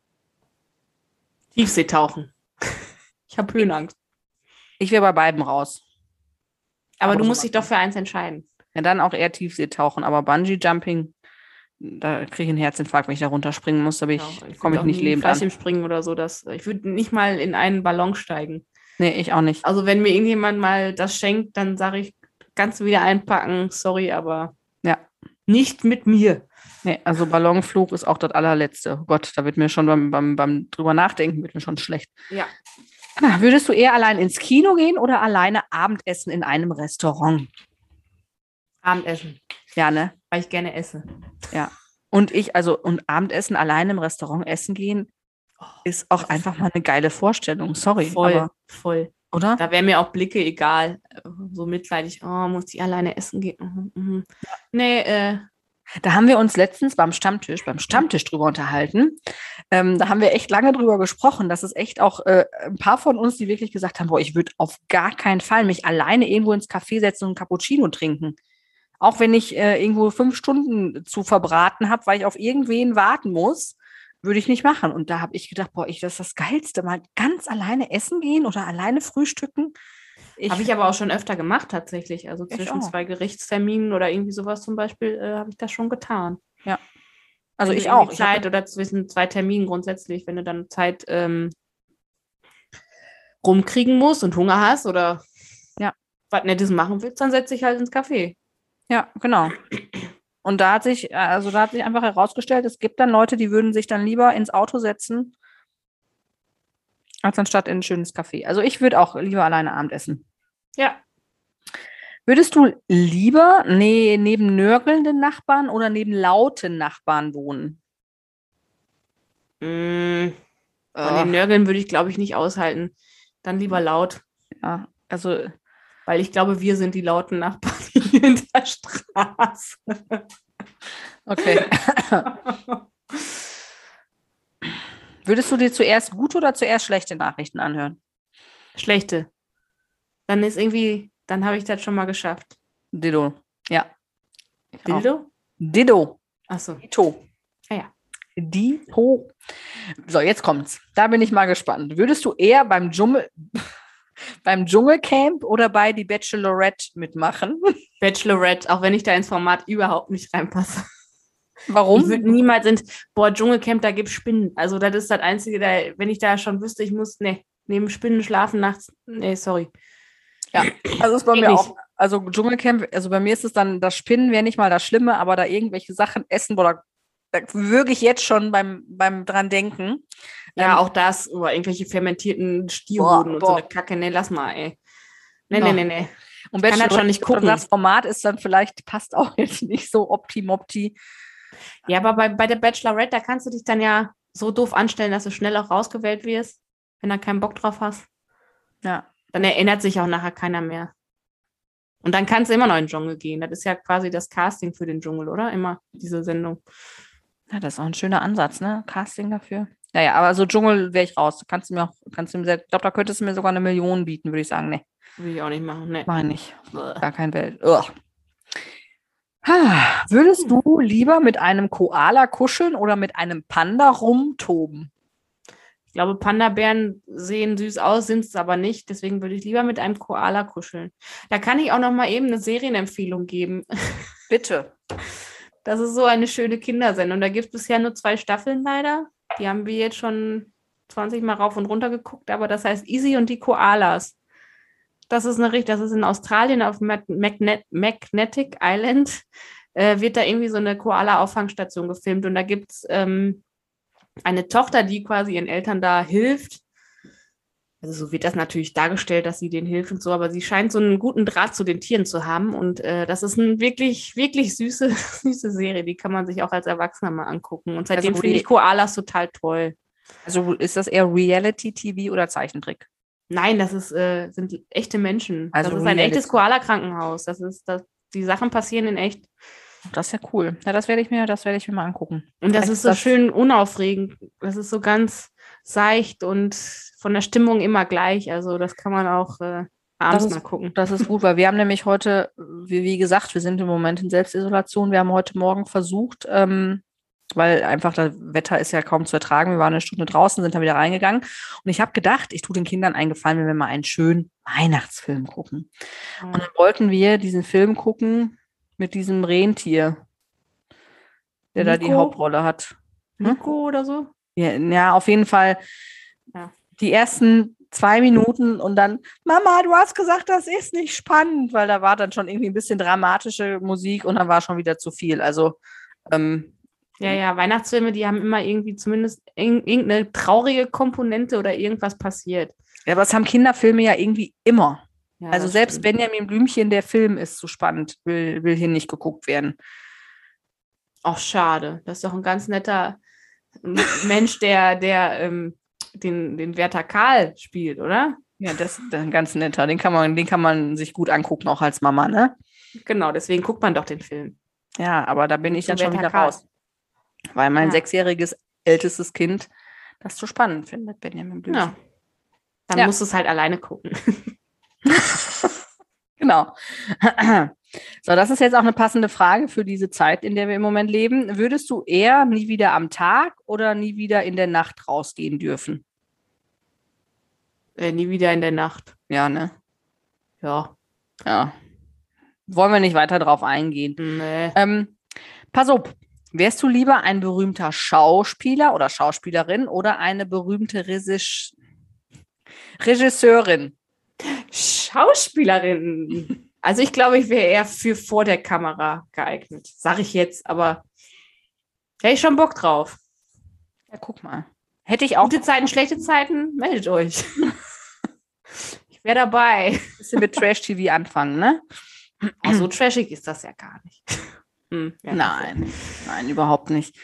[SPEAKER 1] Tiefseetauchen. Ich habe Höhenangst.
[SPEAKER 2] Ich wäre bei beiden raus.
[SPEAKER 1] Aber
[SPEAKER 2] Aber
[SPEAKER 1] du
[SPEAKER 2] so
[SPEAKER 1] musst dich
[SPEAKER 2] machen.
[SPEAKER 1] doch für eins entscheiden.
[SPEAKER 2] Ja, dann auch eher Tiefsee tauchen, aber Bungee jumping, da kriege ich einen Herzinfarkt, wenn ich da runterspringen muss, aber ich
[SPEAKER 1] Ja, Genau. würd
[SPEAKER 2] komme ich
[SPEAKER 1] auch
[SPEAKER 2] nicht
[SPEAKER 1] nie
[SPEAKER 2] lebend an.
[SPEAKER 1] Fallschirmspringen oder so. Das, ich würde nicht mal in einen Ballon steigen.
[SPEAKER 2] Nee, ich auch nicht.
[SPEAKER 1] Also wenn mir irgendjemand mal das schenkt, dann sage ich, kannst du wieder einpacken. Sorry, aber
[SPEAKER 2] Ja.
[SPEAKER 1] nicht mit mir.
[SPEAKER 2] Nee, also Ballonflug ist auch das allerletzte. Oh Gott, da wird mir schon beim, beim, beim drüber nachdenken, wird mir schon schlecht.
[SPEAKER 1] Ja.
[SPEAKER 2] Ah, Würdest du eher allein ins Kino gehen oder alleine Abendessen in einem Restaurant?
[SPEAKER 1] Abendessen,
[SPEAKER 2] Ja, ne?
[SPEAKER 1] weil ich gerne esse.
[SPEAKER 2] Und ich, also, und Abendessen alleine im Restaurant essen gehen, ist auch einfach mal eine geile Vorstellung. Sorry,
[SPEAKER 1] Voll,
[SPEAKER 2] aber,
[SPEAKER 1] voll.
[SPEAKER 2] oder?
[SPEAKER 1] Da wären mir auch Blicke egal. So mitleidig, oh, muss die alleine essen gehen. Mhm, mhm. Nee, äh,
[SPEAKER 2] Da haben wir uns letztens beim Stammtisch, beim Stammtisch drüber unterhalten. Ähm, da haben wir echt lange drüber gesprochen. Das ist echt auch äh, ein paar von uns, die wirklich gesagt haben, boah, ich würde auf gar keinen Fall mich alleine irgendwo ins Café setzen und einen Cappuccino trinken. Auch wenn ich äh, irgendwo fünf Stunden zu verbraten habe, weil ich auf irgendwen warten muss, würde ich nicht machen. Und da habe ich gedacht, boah, ich, das ist das Geilste, mal ganz alleine essen gehen oder alleine frühstücken. Ich,
[SPEAKER 1] habe ich aber auch schon öfter gemacht tatsächlich. Also
[SPEAKER 2] Ich
[SPEAKER 1] zwischen
[SPEAKER 2] auch.
[SPEAKER 1] zwei Gerichtsterminen oder irgendwie sowas zum Beispiel äh, habe ich das schon getan.
[SPEAKER 2] also
[SPEAKER 1] Wenn
[SPEAKER 2] ich
[SPEAKER 1] du irgendwie
[SPEAKER 2] auch. Ich hab-
[SPEAKER 1] Zeit oder zwischen zwei Terminen grundsätzlich, wenn du dann Zeit ähm, rumkriegen musst und Hunger hast oder
[SPEAKER 2] Ja.
[SPEAKER 1] was Nettes machen willst, dann setz dich halt ins Café.
[SPEAKER 2] Ja, genau. Und da hat sich, also da hat sich einfach herausgestellt, es gibt dann Leute, die würden sich dann lieber ins Auto setzen, als anstatt in ein schönes Café. Also ich würde auch lieber alleine Abend essen.
[SPEAKER 1] Ja.
[SPEAKER 2] Würdest du lieber nee, neben nörgelnden Nachbarn oder neben lauten Nachbarn wohnen?
[SPEAKER 1] Mm, von
[SPEAKER 2] Ah,
[SPEAKER 1] den Nörgeln würde ich, glaube ich, nicht aushalten. Dann lieber laut.
[SPEAKER 2] ja, also
[SPEAKER 1] Weil ich glaube, wir sind die lauten Nachbarn hier in der Straße.
[SPEAKER 2] okay. Würdest du dir zuerst gute oder zuerst schlechte Nachrichten anhören?
[SPEAKER 1] Schlechte. Dann ist irgendwie, dann habe ich das schon mal geschafft.
[SPEAKER 2] Dildo. Ja. Ich auch.
[SPEAKER 1] Dildo?
[SPEAKER 2] Dildo.
[SPEAKER 1] Achso.
[SPEAKER 2] Dito.
[SPEAKER 1] Ah ja.
[SPEAKER 2] Dito. So, jetzt kommt's. Da bin ich mal gespannt. Würdest du eher beim Dschungel beim Dschungelcamp oder bei die Bachelorette mitmachen?
[SPEAKER 1] Bachelorette, auch wenn ich da ins Format überhaupt nicht reinpasse. Ich
[SPEAKER 2] Warum?
[SPEAKER 1] würde niemals in, boah, Dschungelcamp, da gibt's Spinnen. Also das ist das Einzige, da, wenn ich da schon wüsste, ich muss, nee, neben Spinnen schlafen nachts. Nee, sorry.
[SPEAKER 2] Also ist bei
[SPEAKER 1] Geht
[SPEAKER 2] mir
[SPEAKER 1] nicht.
[SPEAKER 2] auch. Also Dschungelcamp, also bei mir ist es dann, das Spinnen wäre nicht mal das Schlimme, aber da irgendwelche Sachen essen oder da würge ich jetzt schon beim, beim dran denken.
[SPEAKER 1] Ja,
[SPEAKER 2] Ähm,
[SPEAKER 1] auch das, über irgendwelche fermentierten Stierhoden
[SPEAKER 2] Boah,
[SPEAKER 1] und so
[SPEAKER 2] boah.
[SPEAKER 1] eine Kacke. Nee, lass mal, ey. Ne, Nee,
[SPEAKER 2] Ja.
[SPEAKER 1] nee, nee, nee.
[SPEAKER 2] Und
[SPEAKER 1] Ich kann das schon nicht
[SPEAKER 2] Bachelorette-
[SPEAKER 1] gucken.
[SPEAKER 2] Das Format ist dann vielleicht, passt auch jetzt nicht so optimopti.
[SPEAKER 1] Ja, aber bei, bei der Bachelorette, da kannst du dich dann ja so doof anstellen, dass du schnell auch rausgewählt wirst, wenn du keinen Bock drauf hast.
[SPEAKER 2] Ja.
[SPEAKER 1] Dann erinnert sich auch nachher keiner mehr. Und dann kannst du immer noch in den Dschungel gehen. Das ist ja quasi das Casting für den Dschungel, oder? Immer diese Sendung.
[SPEAKER 2] Ja, das ist auch ein schöner Ansatz, ne? Casting dafür. Naja, aber so Dschungel wäre ich raus. Kannst du mir auch, kannst du mir, sehr- ich glaube, da könntest du mir sogar eine Million bieten, würde ich sagen. Nee,
[SPEAKER 1] Will ich auch nicht machen. ne. Nee.
[SPEAKER 2] mach ich nicht.
[SPEAKER 1] Bäh.
[SPEAKER 2] Gar kein Welt. Ugh. Ha, Würdest du lieber mit einem Koala kuscheln oder mit einem Panda rumtoben?
[SPEAKER 1] Ich glaube, Panda-Bären sehen süß aus, sind es aber nicht. Deswegen würde ich lieber mit einem Koala kuscheln. Da kann ich auch noch mal eben eine Serienempfehlung geben.
[SPEAKER 2] Bitte.
[SPEAKER 1] Das ist so eine schöne Kindersendung. Da gibt es bisher nur zwei Staffeln leider. Die haben wir jetzt schon 20 Mal rauf und runter geguckt, aber das heißt Easy und die Koalas. Das ist eine richtig, das ist in Australien auf Ma- Magne Magnetic Island. Äh, wird da irgendwie so eine Koala-Auffangstation gefilmt und da gibt es ähm, eine Tochter, die quasi ihren Eltern da hilft. Also so wird das natürlich dargestellt, dass sie denen hilft und so, aber sie scheint so einen guten Draht zu den Tieren zu haben. Und äh, das ist eine wirklich, wirklich süße, süße Serie. Die kann man sich auch als Erwachsener mal angucken. Und seitdem
[SPEAKER 2] Also
[SPEAKER 1] finde ich
[SPEAKER 2] die-
[SPEAKER 1] Koalas total toll.
[SPEAKER 2] Also ist das eher Reality-TV oder Zeichentrick?
[SPEAKER 1] Nein, das ist, äh, sind echte Menschen.
[SPEAKER 2] Also
[SPEAKER 1] das ist ein
[SPEAKER 2] Reality.
[SPEAKER 1] echtes Koala-Krankenhaus. Das ist, das, die Sachen passieren in echt.
[SPEAKER 2] Das ist ja cool. Ja, das werde ich mir, das werde ich mir mal angucken.
[SPEAKER 1] Und das
[SPEAKER 2] Echt,
[SPEAKER 1] ist so
[SPEAKER 2] Also das-
[SPEAKER 1] schön unaufregend. Das ist so ganz seicht und von der Stimmung immer gleich. Also das kann man auch äh, abends
[SPEAKER 2] ist-
[SPEAKER 1] mal gucken.
[SPEAKER 2] Das ist gut, weil wir haben nämlich heute, wie, wie gesagt, wir sind im Moment in Selbstisolation. Wir haben heute Morgen versucht, ähm, weil einfach das Wetter ist ja kaum zu ertragen. Wir waren eine Stunde draußen, sind dann wieder reingegangen. Und ich habe gedacht, ich tue den Kindern einen Gefallen, wenn wir mal einen schönen Weihnachtsfilm gucken. Und dann wollten wir diesen Film gucken mit diesem Rentier, der da die
[SPEAKER 1] Nico?
[SPEAKER 2] Hauptrolle hat.
[SPEAKER 1] Nico oder so?
[SPEAKER 2] Ja, ja, auf jeden Fall
[SPEAKER 1] Ja.
[SPEAKER 2] die ersten zwei Minuten und dann, Mama, du hast gesagt, das ist nicht spannend, weil da war dann schon irgendwie ein bisschen dramatische Musik und dann war schon wieder zu viel. Also ähm,
[SPEAKER 1] Ja, ja, Weihnachtsfilme, die haben immer irgendwie zumindest irg- irgendeine traurige Komponente oder irgendwas passiert.
[SPEAKER 2] ja, aber das haben Kinderfilme ja irgendwie immer.
[SPEAKER 1] Ja,
[SPEAKER 2] also
[SPEAKER 1] das
[SPEAKER 2] selbst
[SPEAKER 1] stimmt.
[SPEAKER 2] Benjamin Blümchen, der Film ist zu spannend, will, will hier nicht geguckt werden.
[SPEAKER 1] Auch schade. Das ist doch ein ganz netter ähm, Mensch, der, der ähm, den, den Werther Karl spielt, oder?
[SPEAKER 2] Ja, das ist dann ganz netter. Den kann man, den kann man sich gut angucken, auch als Mama, ne?
[SPEAKER 1] Genau, deswegen guckt man doch den Film.
[SPEAKER 2] Ja, aber da bin ich
[SPEAKER 1] Zu
[SPEAKER 2] dann schon
[SPEAKER 1] Werther
[SPEAKER 2] wieder
[SPEAKER 1] Karl.
[SPEAKER 2] raus. Weil mein
[SPEAKER 1] Ja.
[SPEAKER 2] sechsjähriges ältestes Kind das zu spannend findet, Benjamin Blümchen.
[SPEAKER 1] Ja. Dann
[SPEAKER 2] Ja.
[SPEAKER 1] musst du es halt alleine gucken.
[SPEAKER 2] Genau. So, das ist jetzt auch eine passende Frage für diese Zeit, in der wir im Moment leben. Würdest du eher nie wieder am Tag oder nie wieder in der Nacht rausgehen dürfen?
[SPEAKER 1] Äh, nie wieder in der Nacht.
[SPEAKER 2] Ja, ne?
[SPEAKER 1] Ja.
[SPEAKER 2] Ja. Wollen wir nicht weiter drauf eingehen.
[SPEAKER 1] Nee.
[SPEAKER 2] Ähm, pass auf, wärst du lieber ein berühmter Schauspieler oder Schauspielerin oder eine berühmte Regis Regisseurin?
[SPEAKER 1] Schauspielerin. Also ich glaube, ich wäre eher für vor der Kamera geeignet. Sag ich jetzt, aber hätte ich schon Bock drauf.
[SPEAKER 2] Ja, guck mal. Hätte ich auch
[SPEAKER 1] Gute Zeiten, schlechte Zeiten, meldet euch. ich wäre dabei.
[SPEAKER 2] ein bisschen mit Trash-TV anfangen, ne?
[SPEAKER 1] Oh, so trashig ist das ja gar nicht. Hm, ja.
[SPEAKER 2] Nein, nein, überhaupt nicht.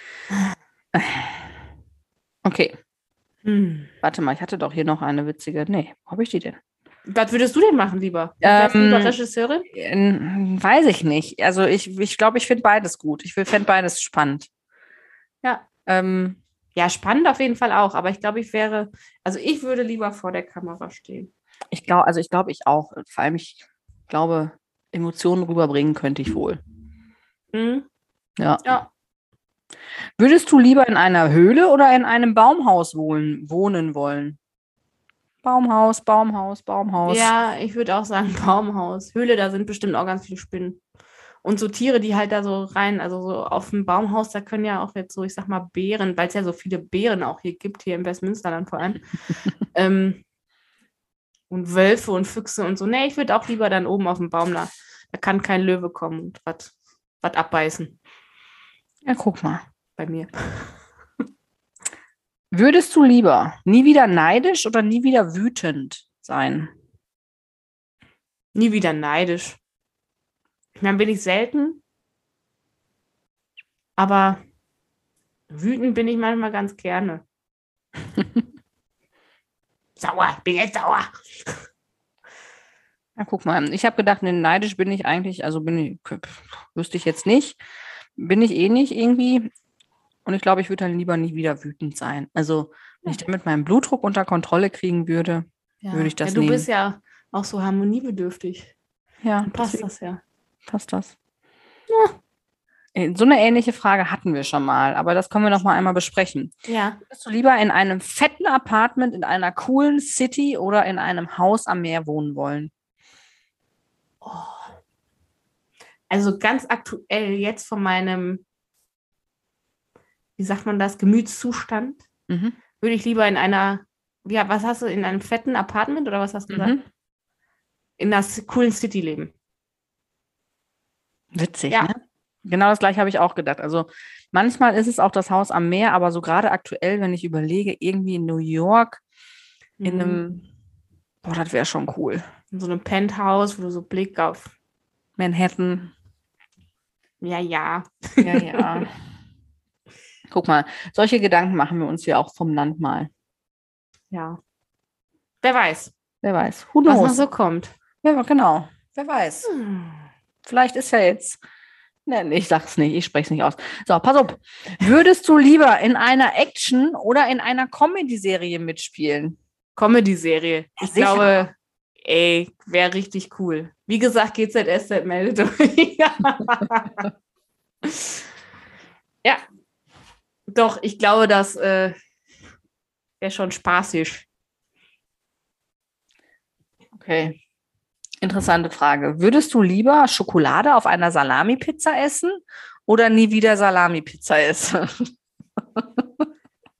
[SPEAKER 2] Okay,
[SPEAKER 1] Hm.
[SPEAKER 2] warte mal, ich hatte doch hier noch eine witzige. Nee, wo habe ich die denn?
[SPEAKER 1] Was würdest du denn machen lieber? Du
[SPEAKER 2] Ähm,
[SPEAKER 1] wärst lieber Regisseurin?
[SPEAKER 2] Ähm, Weiß ich nicht. Also ich ich, glaube, ich finde beides gut. Ich fände beides spannend.
[SPEAKER 1] Ja.
[SPEAKER 2] Ähm,
[SPEAKER 1] Ja, spannend auf jeden Fall auch, aber ich glaube, ich wäre, also ich würde lieber vor der Kamera stehen.
[SPEAKER 2] ich glaube, also ich glaube, ich auch. Vor allem, ich glaube, Emotionen rüberbringen könnte ich wohl.
[SPEAKER 1] Hm?
[SPEAKER 2] Ja.
[SPEAKER 1] Ja.
[SPEAKER 2] Würdest du lieber in einer Höhle oder in einem Baumhaus wohnen, wohnen wollen? Baumhaus, Baumhaus, Baumhaus.
[SPEAKER 1] Ja, ich würde auch sagen Baumhaus. Höhle, da sind bestimmt auch ganz viele Spinnen. Und so Tiere, die halt da so rein, also so auf dem Baumhaus, da können ja auch jetzt so, ich sag mal, Beeren, weil es ja so viele Beeren auch hier gibt, hier im Westmünsterland vor allem. ähm, und Wölfe und Füchse und so. Nee, ich würde auch lieber dann oben auf dem Baum da. Da kann kein Löwe kommen und was abbeißen
[SPEAKER 2] ja guck mal.
[SPEAKER 1] bei mir.
[SPEAKER 2] Würdest du lieber nie wieder neidisch oder nie wieder wütend sein?
[SPEAKER 1] Nie wieder neidisch. Ich meine, bin ich selten. Aber Wütend bin ich manchmal ganz gerne. sauer, bin jetzt sauer.
[SPEAKER 2] Na, guck mal, ich habe gedacht, nee, neidisch bin ich eigentlich, also bin ich, wüsste ich jetzt nicht, bin ich eh nicht irgendwie. Und ich glaube, ich würde dann lieber nicht wieder wütend sein. Also, wenn ich damit meinen Blutdruck unter Kontrolle kriegen würde,
[SPEAKER 1] Ja.
[SPEAKER 2] würde ich das
[SPEAKER 1] ja, du
[SPEAKER 2] nehmen.
[SPEAKER 1] bist ja auch so harmoniebedürftig.
[SPEAKER 2] ja,
[SPEAKER 1] Dann passt
[SPEAKER 2] deswegen
[SPEAKER 1] das ja.
[SPEAKER 2] passt das. Äh, So eine ähnliche Frage hatten wir schon mal, aber das können wir noch mal einmal besprechen.
[SPEAKER 1] Ja.
[SPEAKER 2] Würdest du lieber in einem fetten Apartment in einer coolen City oder in einem Haus am Meer wohnen wollen?
[SPEAKER 1] Also ganz aktuell jetzt von meinem, wie sagt man das, Gemütszustand,
[SPEAKER 2] Mhm.
[SPEAKER 1] würde ich lieber in einer, ja, was hast du, in einem fetten Apartment oder was hast du gesagt?
[SPEAKER 2] Mhm.
[SPEAKER 1] In einer c- coolen City leben.
[SPEAKER 2] Witzig,
[SPEAKER 1] Ja.
[SPEAKER 2] ne? Genau das gleiche habe ich auch gedacht. Also manchmal ist es auch das Haus am Meer, aber so gerade aktuell, wenn ich überlege, irgendwie in New York, in einem, boah, das wäre schon cool.
[SPEAKER 1] in so einem Penthouse, wo du so Blick auf,
[SPEAKER 2] Manhattan.
[SPEAKER 1] ja, ja.
[SPEAKER 2] Ja, ja. Guck mal, solche Gedanken machen wir uns ja auch vom Land mal.
[SPEAKER 1] Ja. Wer weiß,
[SPEAKER 2] Wer weiß. Who
[SPEAKER 1] was
[SPEAKER 2] knows?
[SPEAKER 1] noch so kommt.
[SPEAKER 2] ja, genau. Wer weiß.
[SPEAKER 1] Hm.
[SPEAKER 2] Vielleicht ist ja jetzt. Nein, ich sag's nicht, ich spreche es nicht aus. So, pass auf. Würdest du lieber in einer Action oder in einer Comedy-Serie mitspielen?
[SPEAKER 1] Comedy-Serie.
[SPEAKER 2] Ja,
[SPEAKER 1] Ich
[SPEAKER 2] sicher.
[SPEAKER 1] glaube, ey, wäre richtig cool. Wie gesagt, GZSZ meldet euch. ja. Doch, ich glaube, das äh, wäre schon spaßig.
[SPEAKER 2] Okay. Interessante Frage. Würdest du lieber Schokolade auf einer Salami-Pizza essen oder nie wieder Salami-Pizza essen?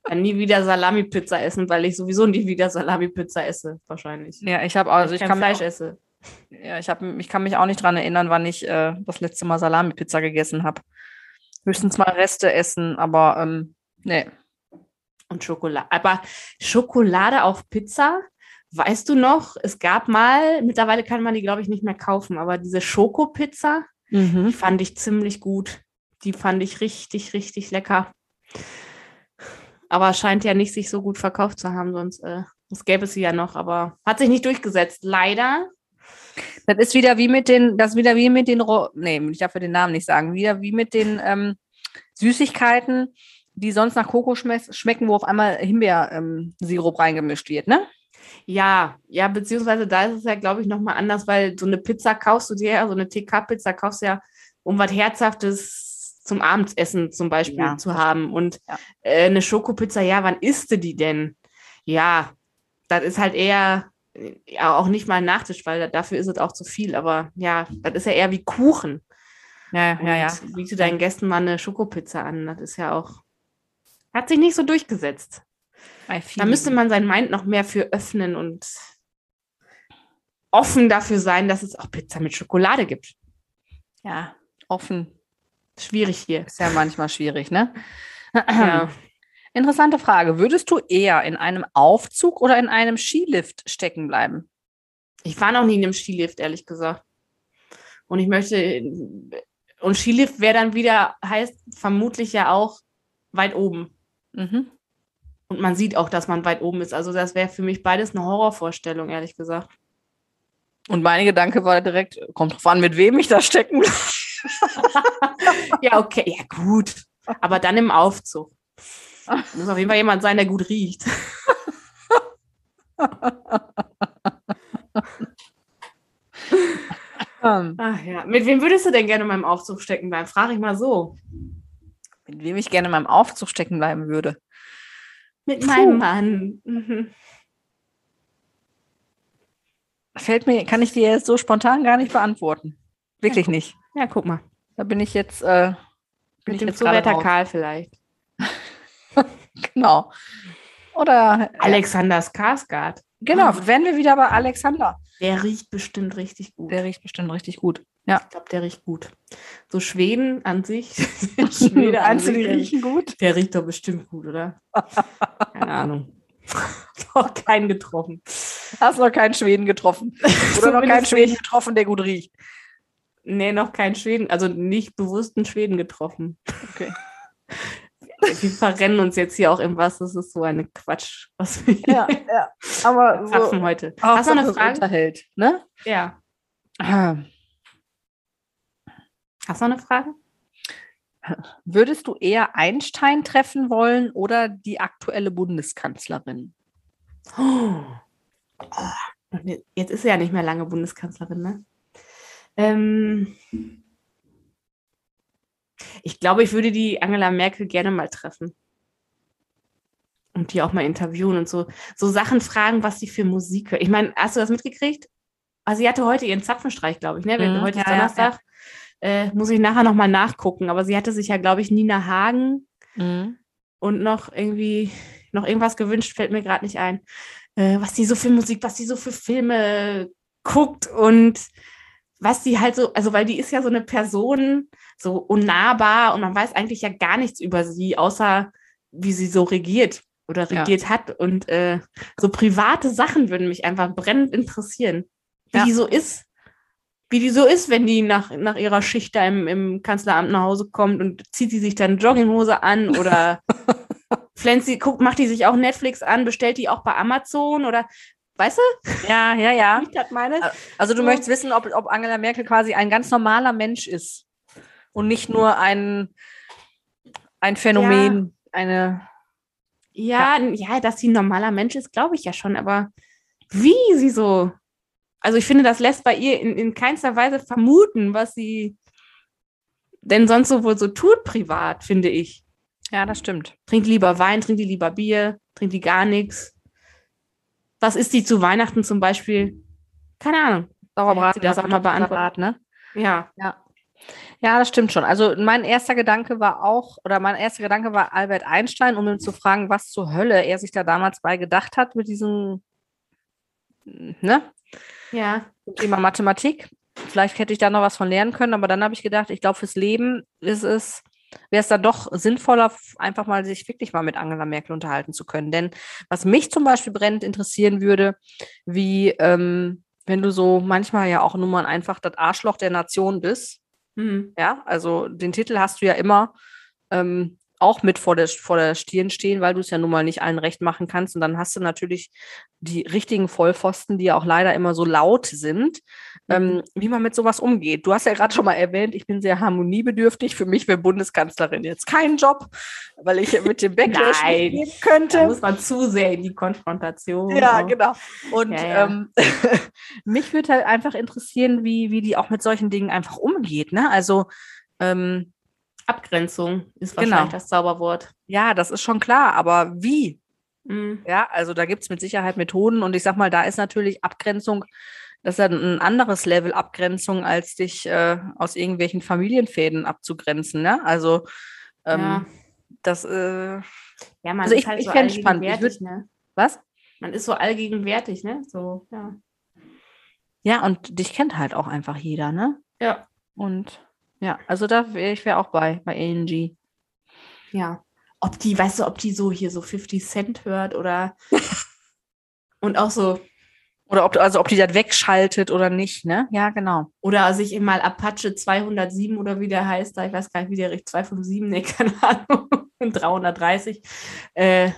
[SPEAKER 1] Dann nie wieder Salami-Pizza essen, weil ich sowieso nie wieder Salami-Pizza esse, wahrscheinlich.
[SPEAKER 2] Ja, ich habe also
[SPEAKER 1] Weil
[SPEAKER 2] ich
[SPEAKER 1] kein
[SPEAKER 2] kann,
[SPEAKER 1] Fleisch
[SPEAKER 2] mich
[SPEAKER 1] esse.
[SPEAKER 2] auch, ja, ich, hab, ich kann mich auch nicht dran erinnern, wann ich äh, das letzte Mal Salami-Pizza gegessen habe. Höchstens mal Reste essen, aber ähm, nee.
[SPEAKER 1] Und Schokolade. Aber Schokolade auf Pizza, weißt du noch, es gab mal, mittlerweile kann man die, glaube ich, nicht mehr kaufen, aber diese Schokopizza,
[SPEAKER 2] Mhm.
[SPEAKER 1] die fand ich ziemlich gut. Die fand ich richtig, richtig lecker. Aber scheint ja nicht sich so gut verkauft zu haben, sonst äh, sonst gäbe es sie ja noch, aber hat sich nicht durchgesetzt. Leider.
[SPEAKER 2] Das ist wieder wie mit den, das ist wieder wie mit den, Ro nee, ich darf ja den Namen nicht sagen, wieder wie mit den ähm, Süßigkeiten, die sonst nach Koko schme- schmecken, wo auf einmal Himbeersirup reingemischt wird, ne?
[SPEAKER 1] Ja, ja, beziehungsweise da ist es ja, glaube ich, nochmal anders, weil so eine Pizza kaufst du dir ja, so eine TK-Pizza kaufst du ja, um was Herzhaftes zum Abendessen zum Beispiel
[SPEAKER 2] Ja,
[SPEAKER 1] zu haben. Und
[SPEAKER 2] Ja.
[SPEAKER 1] äh, eine Schokopizza, ja, wann isst du die denn? Ja, das ist halt eher äh, ja, auch nicht mal ein Nachtisch, weil da- dafür ist es auch zu viel. Aber ja, das ist ja eher wie Kuchen.
[SPEAKER 2] Ja,
[SPEAKER 1] Und Biete deinen Gästen mal eine Schokopizza an. Das ist ja auch, hat sich nicht so durchgesetzt. Da müsste man sein Mind noch mehr für öffnen und offen dafür sein, dass es auch Pizza mit Schokolade gibt.
[SPEAKER 2] ja offen.
[SPEAKER 1] Schwierig hier.
[SPEAKER 2] Ist ja manchmal schwierig, ne?
[SPEAKER 1] Ja.
[SPEAKER 2] Interessante Frage. Würdest du eher in einem Aufzug oder in einem Skilift stecken bleiben?
[SPEAKER 1] Ich war noch nie in einem Skilift, ehrlich gesagt. Und ich möchte. Und Skilift wäre dann wieder, heißt vermutlich ja auch weit oben.
[SPEAKER 2] Mhm.
[SPEAKER 1] Und man sieht auch, dass man weit oben ist. Also, das wäre für mich beides eine Horrorvorstellung, ehrlich gesagt.
[SPEAKER 2] Und mein Gedanke war direkt, kommt drauf an, mit wem ich da stecken bleibe.
[SPEAKER 1] Ja, okay, ja, gut. Aber dann im Aufzug. Muss auf jeden Fall jemand sein, der gut riecht.
[SPEAKER 2] Ähm,
[SPEAKER 1] Ach ja. Mit wem würdest du denn gerne in meinem Aufzug stecken bleiben? Frage ich mal so.
[SPEAKER 2] mit wem ich gerne in meinem Aufzug stecken bleiben würde.
[SPEAKER 1] Mit
[SPEAKER 2] Puh.
[SPEAKER 1] meinem Mann. Mhm.
[SPEAKER 2] Fällt mir, kann ich dir jetzt so spontan gar nicht beantworten. Wirklich nicht.
[SPEAKER 1] Ja, guck mal.
[SPEAKER 2] Da bin ich jetzt, äh,
[SPEAKER 1] Mit
[SPEAKER 2] bin ich
[SPEAKER 1] dem
[SPEAKER 2] jetzt gerade
[SPEAKER 1] Zuwärter
[SPEAKER 2] raus.
[SPEAKER 1] Karl vielleicht.
[SPEAKER 2] Genau. Oder äh,
[SPEAKER 1] Alexander Skarsgård.
[SPEAKER 2] genau,
[SPEAKER 1] Mhm.
[SPEAKER 2] wären wir wieder bei Alexander.
[SPEAKER 1] Der riecht bestimmt richtig gut.
[SPEAKER 2] Der riecht bestimmt richtig gut.
[SPEAKER 1] ich glaube, der riecht gut. So Schweden an sich.
[SPEAKER 2] Meinst du, die
[SPEAKER 1] der-
[SPEAKER 2] riechen gut?
[SPEAKER 1] Der riecht doch bestimmt gut, oder? Keine Ahnung. Noch keinen getroffen.
[SPEAKER 2] Hast noch keinen Schweden getroffen. Oder noch keinen
[SPEAKER 1] Zumindest
[SPEAKER 2] Schweden getroffen, der gut riecht.
[SPEAKER 1] Nee, noch keinen Schweden. Also nicht bewussten Schweden getroffen.
[SPEAKER 2] Okay.
[SPEAKER 1] Wir verrennen uns jetzt hier auch im was. Das ist so eine Quatsch, was wir hier
[SPEAKER 2] ja. also Aber
[SPEAKER 1] schaffen
[SPEAKER 2] so,
[SPEAKER 1] heute. Hast du noch eine Frage?
[SPEAKER 2] Unterhält, ne?
[SPEAKER 1] Ja. Hast du noch eine Frage?
[SPEAKER 2] Würdest du eher Einstein treffen wollen oder die aktuelle Bundeskanzlerin?
[SPEAKER 1] Oh. Oh. Und je- Jetzt ist sie ja nicht mehr lange Bundeskanzlerin, ne? Ähm, ich glaube, ich würde die Angela Merkel gerne mal treffen. Und die auch mal interviewen und so, so Sachen fragen, was sie für Musik hört. Ich meine, hast du das mitgekriegt? Also sie hatte heute ihren Zapfenstreich, glaube ich, ne? Wir-
[SPEAKER 2] Mhm,
[SPEAKER 1] heute ist
[SPEAKER 2] ja, ja,
[SPEAKER 1] Donnerstag. Äh, muss ich nachher nochmal nachgucken. Aber sie hatte sich ja, glaube ich, Nina Hagen
[SPEAKER 2] Mhm.
[SPEAKER 1] und noch irgendwie noch irgendwas gewünscht, fällt mir gerade nicht ein. Äh, was die so für Musik, was die so für Filme guckt und was die halt so, also weil die ist ja so eine Person, so unnahbar und man weiß eigentlich ja gar nichts über sie, außer wie sie so regiert oder
[SPEAKER 2] Ja.
[SPEAKER 1] regiert hat. Und äh, so private Sachen würden mich einfach brennend interessieren. Wie
[SPEAKER 2] Ja.
[SPEAKER 1] die so ist. Wie die so ist, wenn die nach, nach ihrer Schicht da im, im Kanzleramt nach Hause kommt und zieht sie sich dann Jogginghose an oder pflanzt sie, guckt, macht die sich auch Netflix an, bestellt die auch bei Amazon oder weißt du, Äh,
[SPEAKER 2] Ja, ja, ja.
[SPEAKER 1] wie ich das meine?
[SPEAKER 2] Also du
[SPEAKER 1] So.
[SPEAKER 2] möchtest wissen, ob, ob Angela Merkel quasi ein ganz normaler Mensch ist und nicht nur ein, ein Phänomen, eine.
[SPEAKER 1] Ja, n- ja, dass sie ein normaler Mensch ist, glaube ich ja schon, aber wie sie so. Also ich finde, das lässt bei ihr in, in keinster Weise vermuten, was sie denn sonst so wohl so tut privat, finde ich.
[SPEAKER 2] Ja, das stimmt.
[SPEAKER 1] Trinkt lieber Wein, trinkt die lieber Bier, trinkt die gar nichts. Was ist die zu Weihnachten zum Beispiel? Keine Ahnung.
[SPEAKER 2] Sauerbraten,
[SPEAKER 1] Hätte sie das auch mal beantwortet.
[SPEAKER 2] Kartoffelsalat, ne?
[SPEAKER 1] Ja.
[SPEAKER 2] Ja, das stimmt schon. Also mein erster Gedanke war auch, oder mein erster Gedanke war Albert Einstein, um ihn zu fragen, was zur Hölle er sich da damals bei gedacht hat mit diesem, ne,
[SPEAKER 1] Ja.
[SPEAKER 2] zum Thema Mathematik. Vielleicht hätte ich da noch was von lernen können, aber dann habe ich gedacht, ich glaube, fürs Leben ist es, wäre es dann doch sinnvoller, f- einfach mal sich wirklich mal mit Angela Merkel unterhalten zu können. Denn was mich zum Beispiel brennend interessieren würde, wie ähm, wenn du so manchmal ja auch nur mal einfach das Arschloch der Nation bist,
[SPEAKER 1] Hm.
[SPEAKER 2] ja, also den Titel hast du ja immer ähm, auch mit vor der, vor der Stirn stehen, weil du es ja nun mal nicht allen recht machen kannst. Und dann hast du natürlich die richtigen Vollpfosten, die ja auch leider immer so laut sind,
[SPEAKER 1] Mhm.
[SPEAKER 2] ähm, wie man mit sowas umgeht. Du hast ja gerade schon mal erwähnt, ich bin sehr harmoniebedürftig. Für mich wäre Bundeskanzlerin jetzt kein Job, weil ich mit dem Backlash
[SPEAKER 1] Nein.
[SPEAKER 2] nicht gehen könnte.
[SPEAKER 1] Da muss man zu sehr in die Konfrontation.
[SPEAKER 2] Ja,
[SPEAKER 1] auch.
[SPEAKER 2] genau. Und
[SPEAKER 1] Ja, ja.
[SPEAKER 2] Ähm, mich würde halt einfach interessieren, wie, wie die auch mit solchen Dingen einfach umgeht. Ne? Also, ähm,
[SPEAKER 1] Abgrenzung ist
[SPEAKER 2] Genau.
[SPEAKER 1] wahrscheinlich das Zauberwort.
[SPEAKER 2] ja, das ist schon klar, aber wie?
[SPEAKER 1] Hm.
[SPEAKER 2] Ja, also da gibt es mit Sicherheit Methoden und ich sag mal, da ist natürlich Abgrenzung, das ist ja ein anderes Level Abgrenzung, als dich äh, aus irgendwelchen Familienfäden abzugrenzen. Ne? Also, ähm,
[SPEAKER 1] Ja.
[SPEAKER 2] das, äh,
[SPEAKER 1] Ja, man
[SPEAKER 2] Also
[SPEAKER 1] ist
[SPEAKER 2] ich-
[SPEAKER 1] halt
[SPEAKER 2] ich
[SPEAKER 1] so
[SPEAKER 2] fänd's spannend. Ich
[SPEAKER 1] allgegenwärtig, ne?
[SPEAKER 2] was?
[SPEAKER 1] Man ist so allgegenwärtig, ne? So, ja.
[SPEAKER 2] Ja, und dich kennt halt auch einfach jeder, ne?
[SPEAKER 1] Ja.
[SPEAKER 2] Und ja, also da wäre ich wäre auch bei, bei ANG.
[SPEAKER 1] Ja. Ob die, weißt du, ob die so hier so 50 Cent hört oder und auch so,
[SPEAKER 2] Oder ob, also ob die das wegschaltet oder nicht, ne? Ja, genau.
[SPEAKER 1] oder sich eben mal Apache 207 oder wie der heißt, da ich weiß gar nicht, wie der richtig 257, nee, keine Ahnung, 330, äh,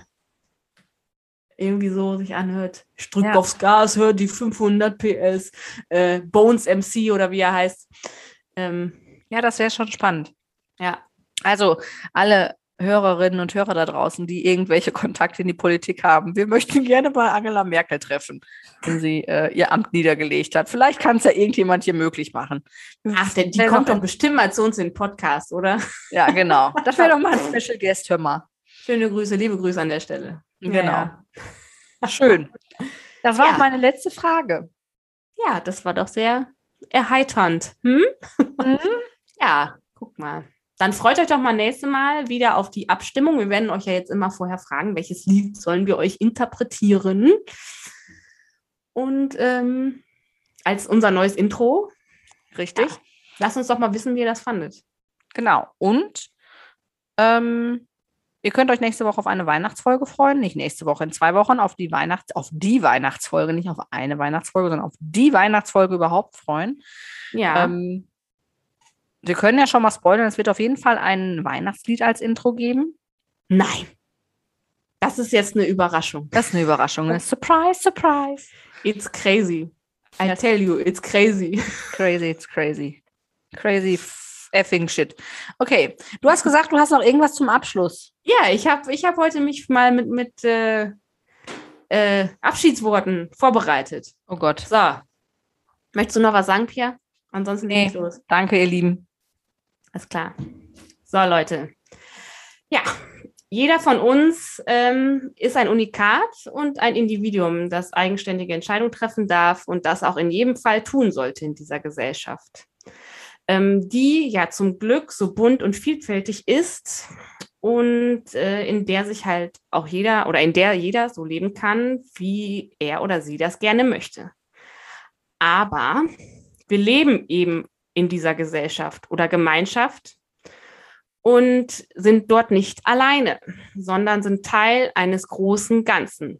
[SPEAKER 1] irgendwie so sich anhört. Ich drück
[SPEAKER 2] Ja.
[SPEAKER 1] aufs Gas, hört die 500 PS, äh, Bones MC oder wie er heißt. Ähm,
[SPEAKER 2] Ja, das wäre schon spannend.
[SPEAKER 1] ja,
[SPEAKER 2] Also alle Hörerinnen und Hörer da draußen, die irgendwelche Kontakte in die Politik haben, wir möchten gerne mal Angela Merkel treffen, wenn sie äh, ihr Amt niedergelegt hat. Vielleicht kann es ja irgendjemand hier möglich machen.
[SPEAKER 1] Ach, denn die
[SPEAKER 2] Schnell
[SPEAKER 1] kommt
[SPEAKER 2] noch-
[SPEAKER 1] doch bestimmt mal zu uns in den Podcast, oder?
[SPEAKER 2] Ja, genau. Das wäre doch mal ein Special Guest, hör mal.
[SPEAKER 1] Schöne Grüße, liebe Grüße an der Stelle.
[SPEAKER 2] Genau.
[SPEAKER 1] Ja,
[SPEAKER 2] Schön. Das war
[SPEAKER 1] Ja.
[SPEAKER 2] auch meine letzte Frage.
[SPEAKER 1] ja. ja das war doch sehr erheiternd. Hm?
[SPEAKER 2] Mhm.
[SPEAKER 1] Ja, guck mal. Dann freut euch doch mal nächste Mal wieder auf die Abstimmung. Wir werden euch ja jetzt immer vorher fragen, welches Lied sollen wir euch interpretieren? Und ähm, als unser neues Intro,
[SPEAKER 2] Richtig?
[SPEAKER 1] Ja. lasst uns doch mal wissen, wie ihr das fandet.
[SPEAKER 2] Genau. Und ähm, ihr könnt euch nächste Woche auf eine Weihnachtsfolge freuen. Nicht nächste Woche, in zwei Wochen auf die Weihnachts auf die Weihnachtsfolge, nicht auf eine Weihnachtsfolge, sondern auf die Weihnachtsfolge überhaupt freuen.
[SPEAKER 1] Ja,
[SPEAKER 2] Ähm, wir können ja schon mal spoilern, es wird auf jeden Fall ein Weihnachtslied als Intro geben.
[SPEAKER 1] Nein. Das ist jetzt eine Überraschung.
[SPEAKER 2] Das ist eine Überraschung. Ne? Surprise, surprise.
[SPEAKER 1] It's crazy. I tell you, it's crazy.
[SPEAKER 2] Crazy, it's crazy. Crazy effing shit. Okay, du hast gesagt, du hast noch irgendwas zum Abschluss.
[SPEAKER 1] Ja, ich habe ich hab heute mich mal mit, mit äh, äh, Abschiedsworten vorbereitet.
[SPEAKER 2] Oh Gott.
[SPEAKER 1] So. Möchtest du noch was sagen, Pia? Ansonsten
[SPEAKER 2] Nee.
[SPEAKER 1] geht's los.
[SPEAKER 2] Danke, ihr Lieben.
[SPEAKER 1] Alles klar. So, Leute. Ja, jeder von uns ähm, ist ein Unikat und ein Individuum, das eigenständige Entscheidungen treffen darf und das auch in jedem Fall tun sollte in dieser Gesellschaft, ähm, die ja zum Glück so bunt und vielfältig ist und äh, in der sich halt auch jeder oder in der jeder so leben kann, wie er oder sie das gerne möchte. Aber wir leben eben in dieser Gesellschaft oder Gemeinschaft und sind dort nicht alleine, sondern sind Teil eines großen Ganzen.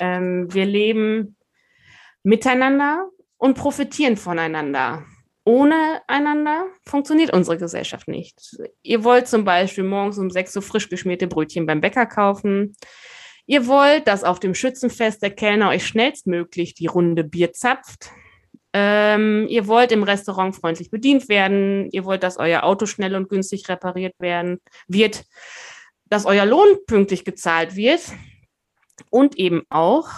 [SPEAKER 1] Ähm, wir leben miteinander und profitieren voneinander. Ohne einander funktioniert unsere Gesellschaft nicht. Ihr wollt zum Beispiel morgens um 6 Uhr frisch geschmierte Brötchen beim Bäcker kaufen. Ihr wollt, dass auf dem Schützenfest der Kellner euch schnellstmöglich die Runde Bier zapft. Ähm, ihr wollt im Restaurant freundlich bedient werden. Ihr wollt, dass euer Auto schnell und günstig repariert werden wird, dass euer Lohn pünktlich gezahlt wird und eben auch,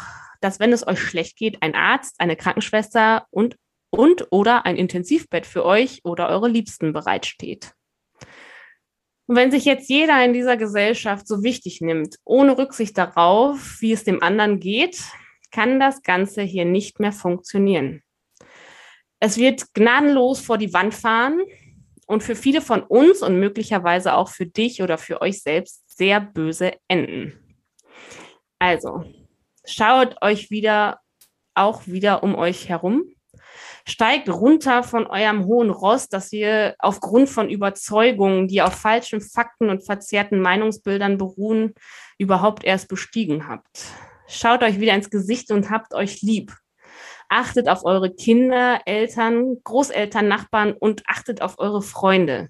[SPEAKER 1] dass wenn es euch schlecht geht, ein Arzt, eine Krankenschwester und und oder ein Intensivbett für euch oder eure Liebsten bereitsteht. Und wenn sich jetzt jeder in dieser Gesellschaft so wichtig nimmt, ohne Rücksicht darauf, wie es dem anderen geht, kann das Ganze hier nicht mehr funktionieren. Es wird gnadenlos vor die Wand fahren und für viele von uns und möglicherweise auch für dich oder für euch selbst sehr böse enden. Also, schaut euch wieder, auch wieder um euch herum. Steigt runter von eurem hohen Ross, dass ihr aufgrund von Überzeugungen, die auf falschen Fakten und verzerrten Meinungsbildern beruhen, überhaupt erst bestiegen habt. Schaut euch wieder ins Gesicht und habt euch lieb. Achtet auf eure Kinder, Eltern, Großeltern, Nachbarn und achtet auf eure Freunde.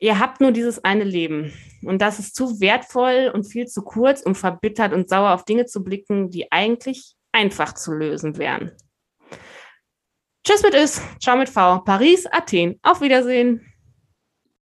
[SPEAKER 1] Ihr habt nur dieses eine Leben. Und das ist zu wertvoll und viel zu kurz, um verbittert und sauer auf Dinge zu blicken, die eigentlich einfach zu lösen wären. Tschüss mit Is, ciao mit V, Paris, Athen. Auf Wiedersehen.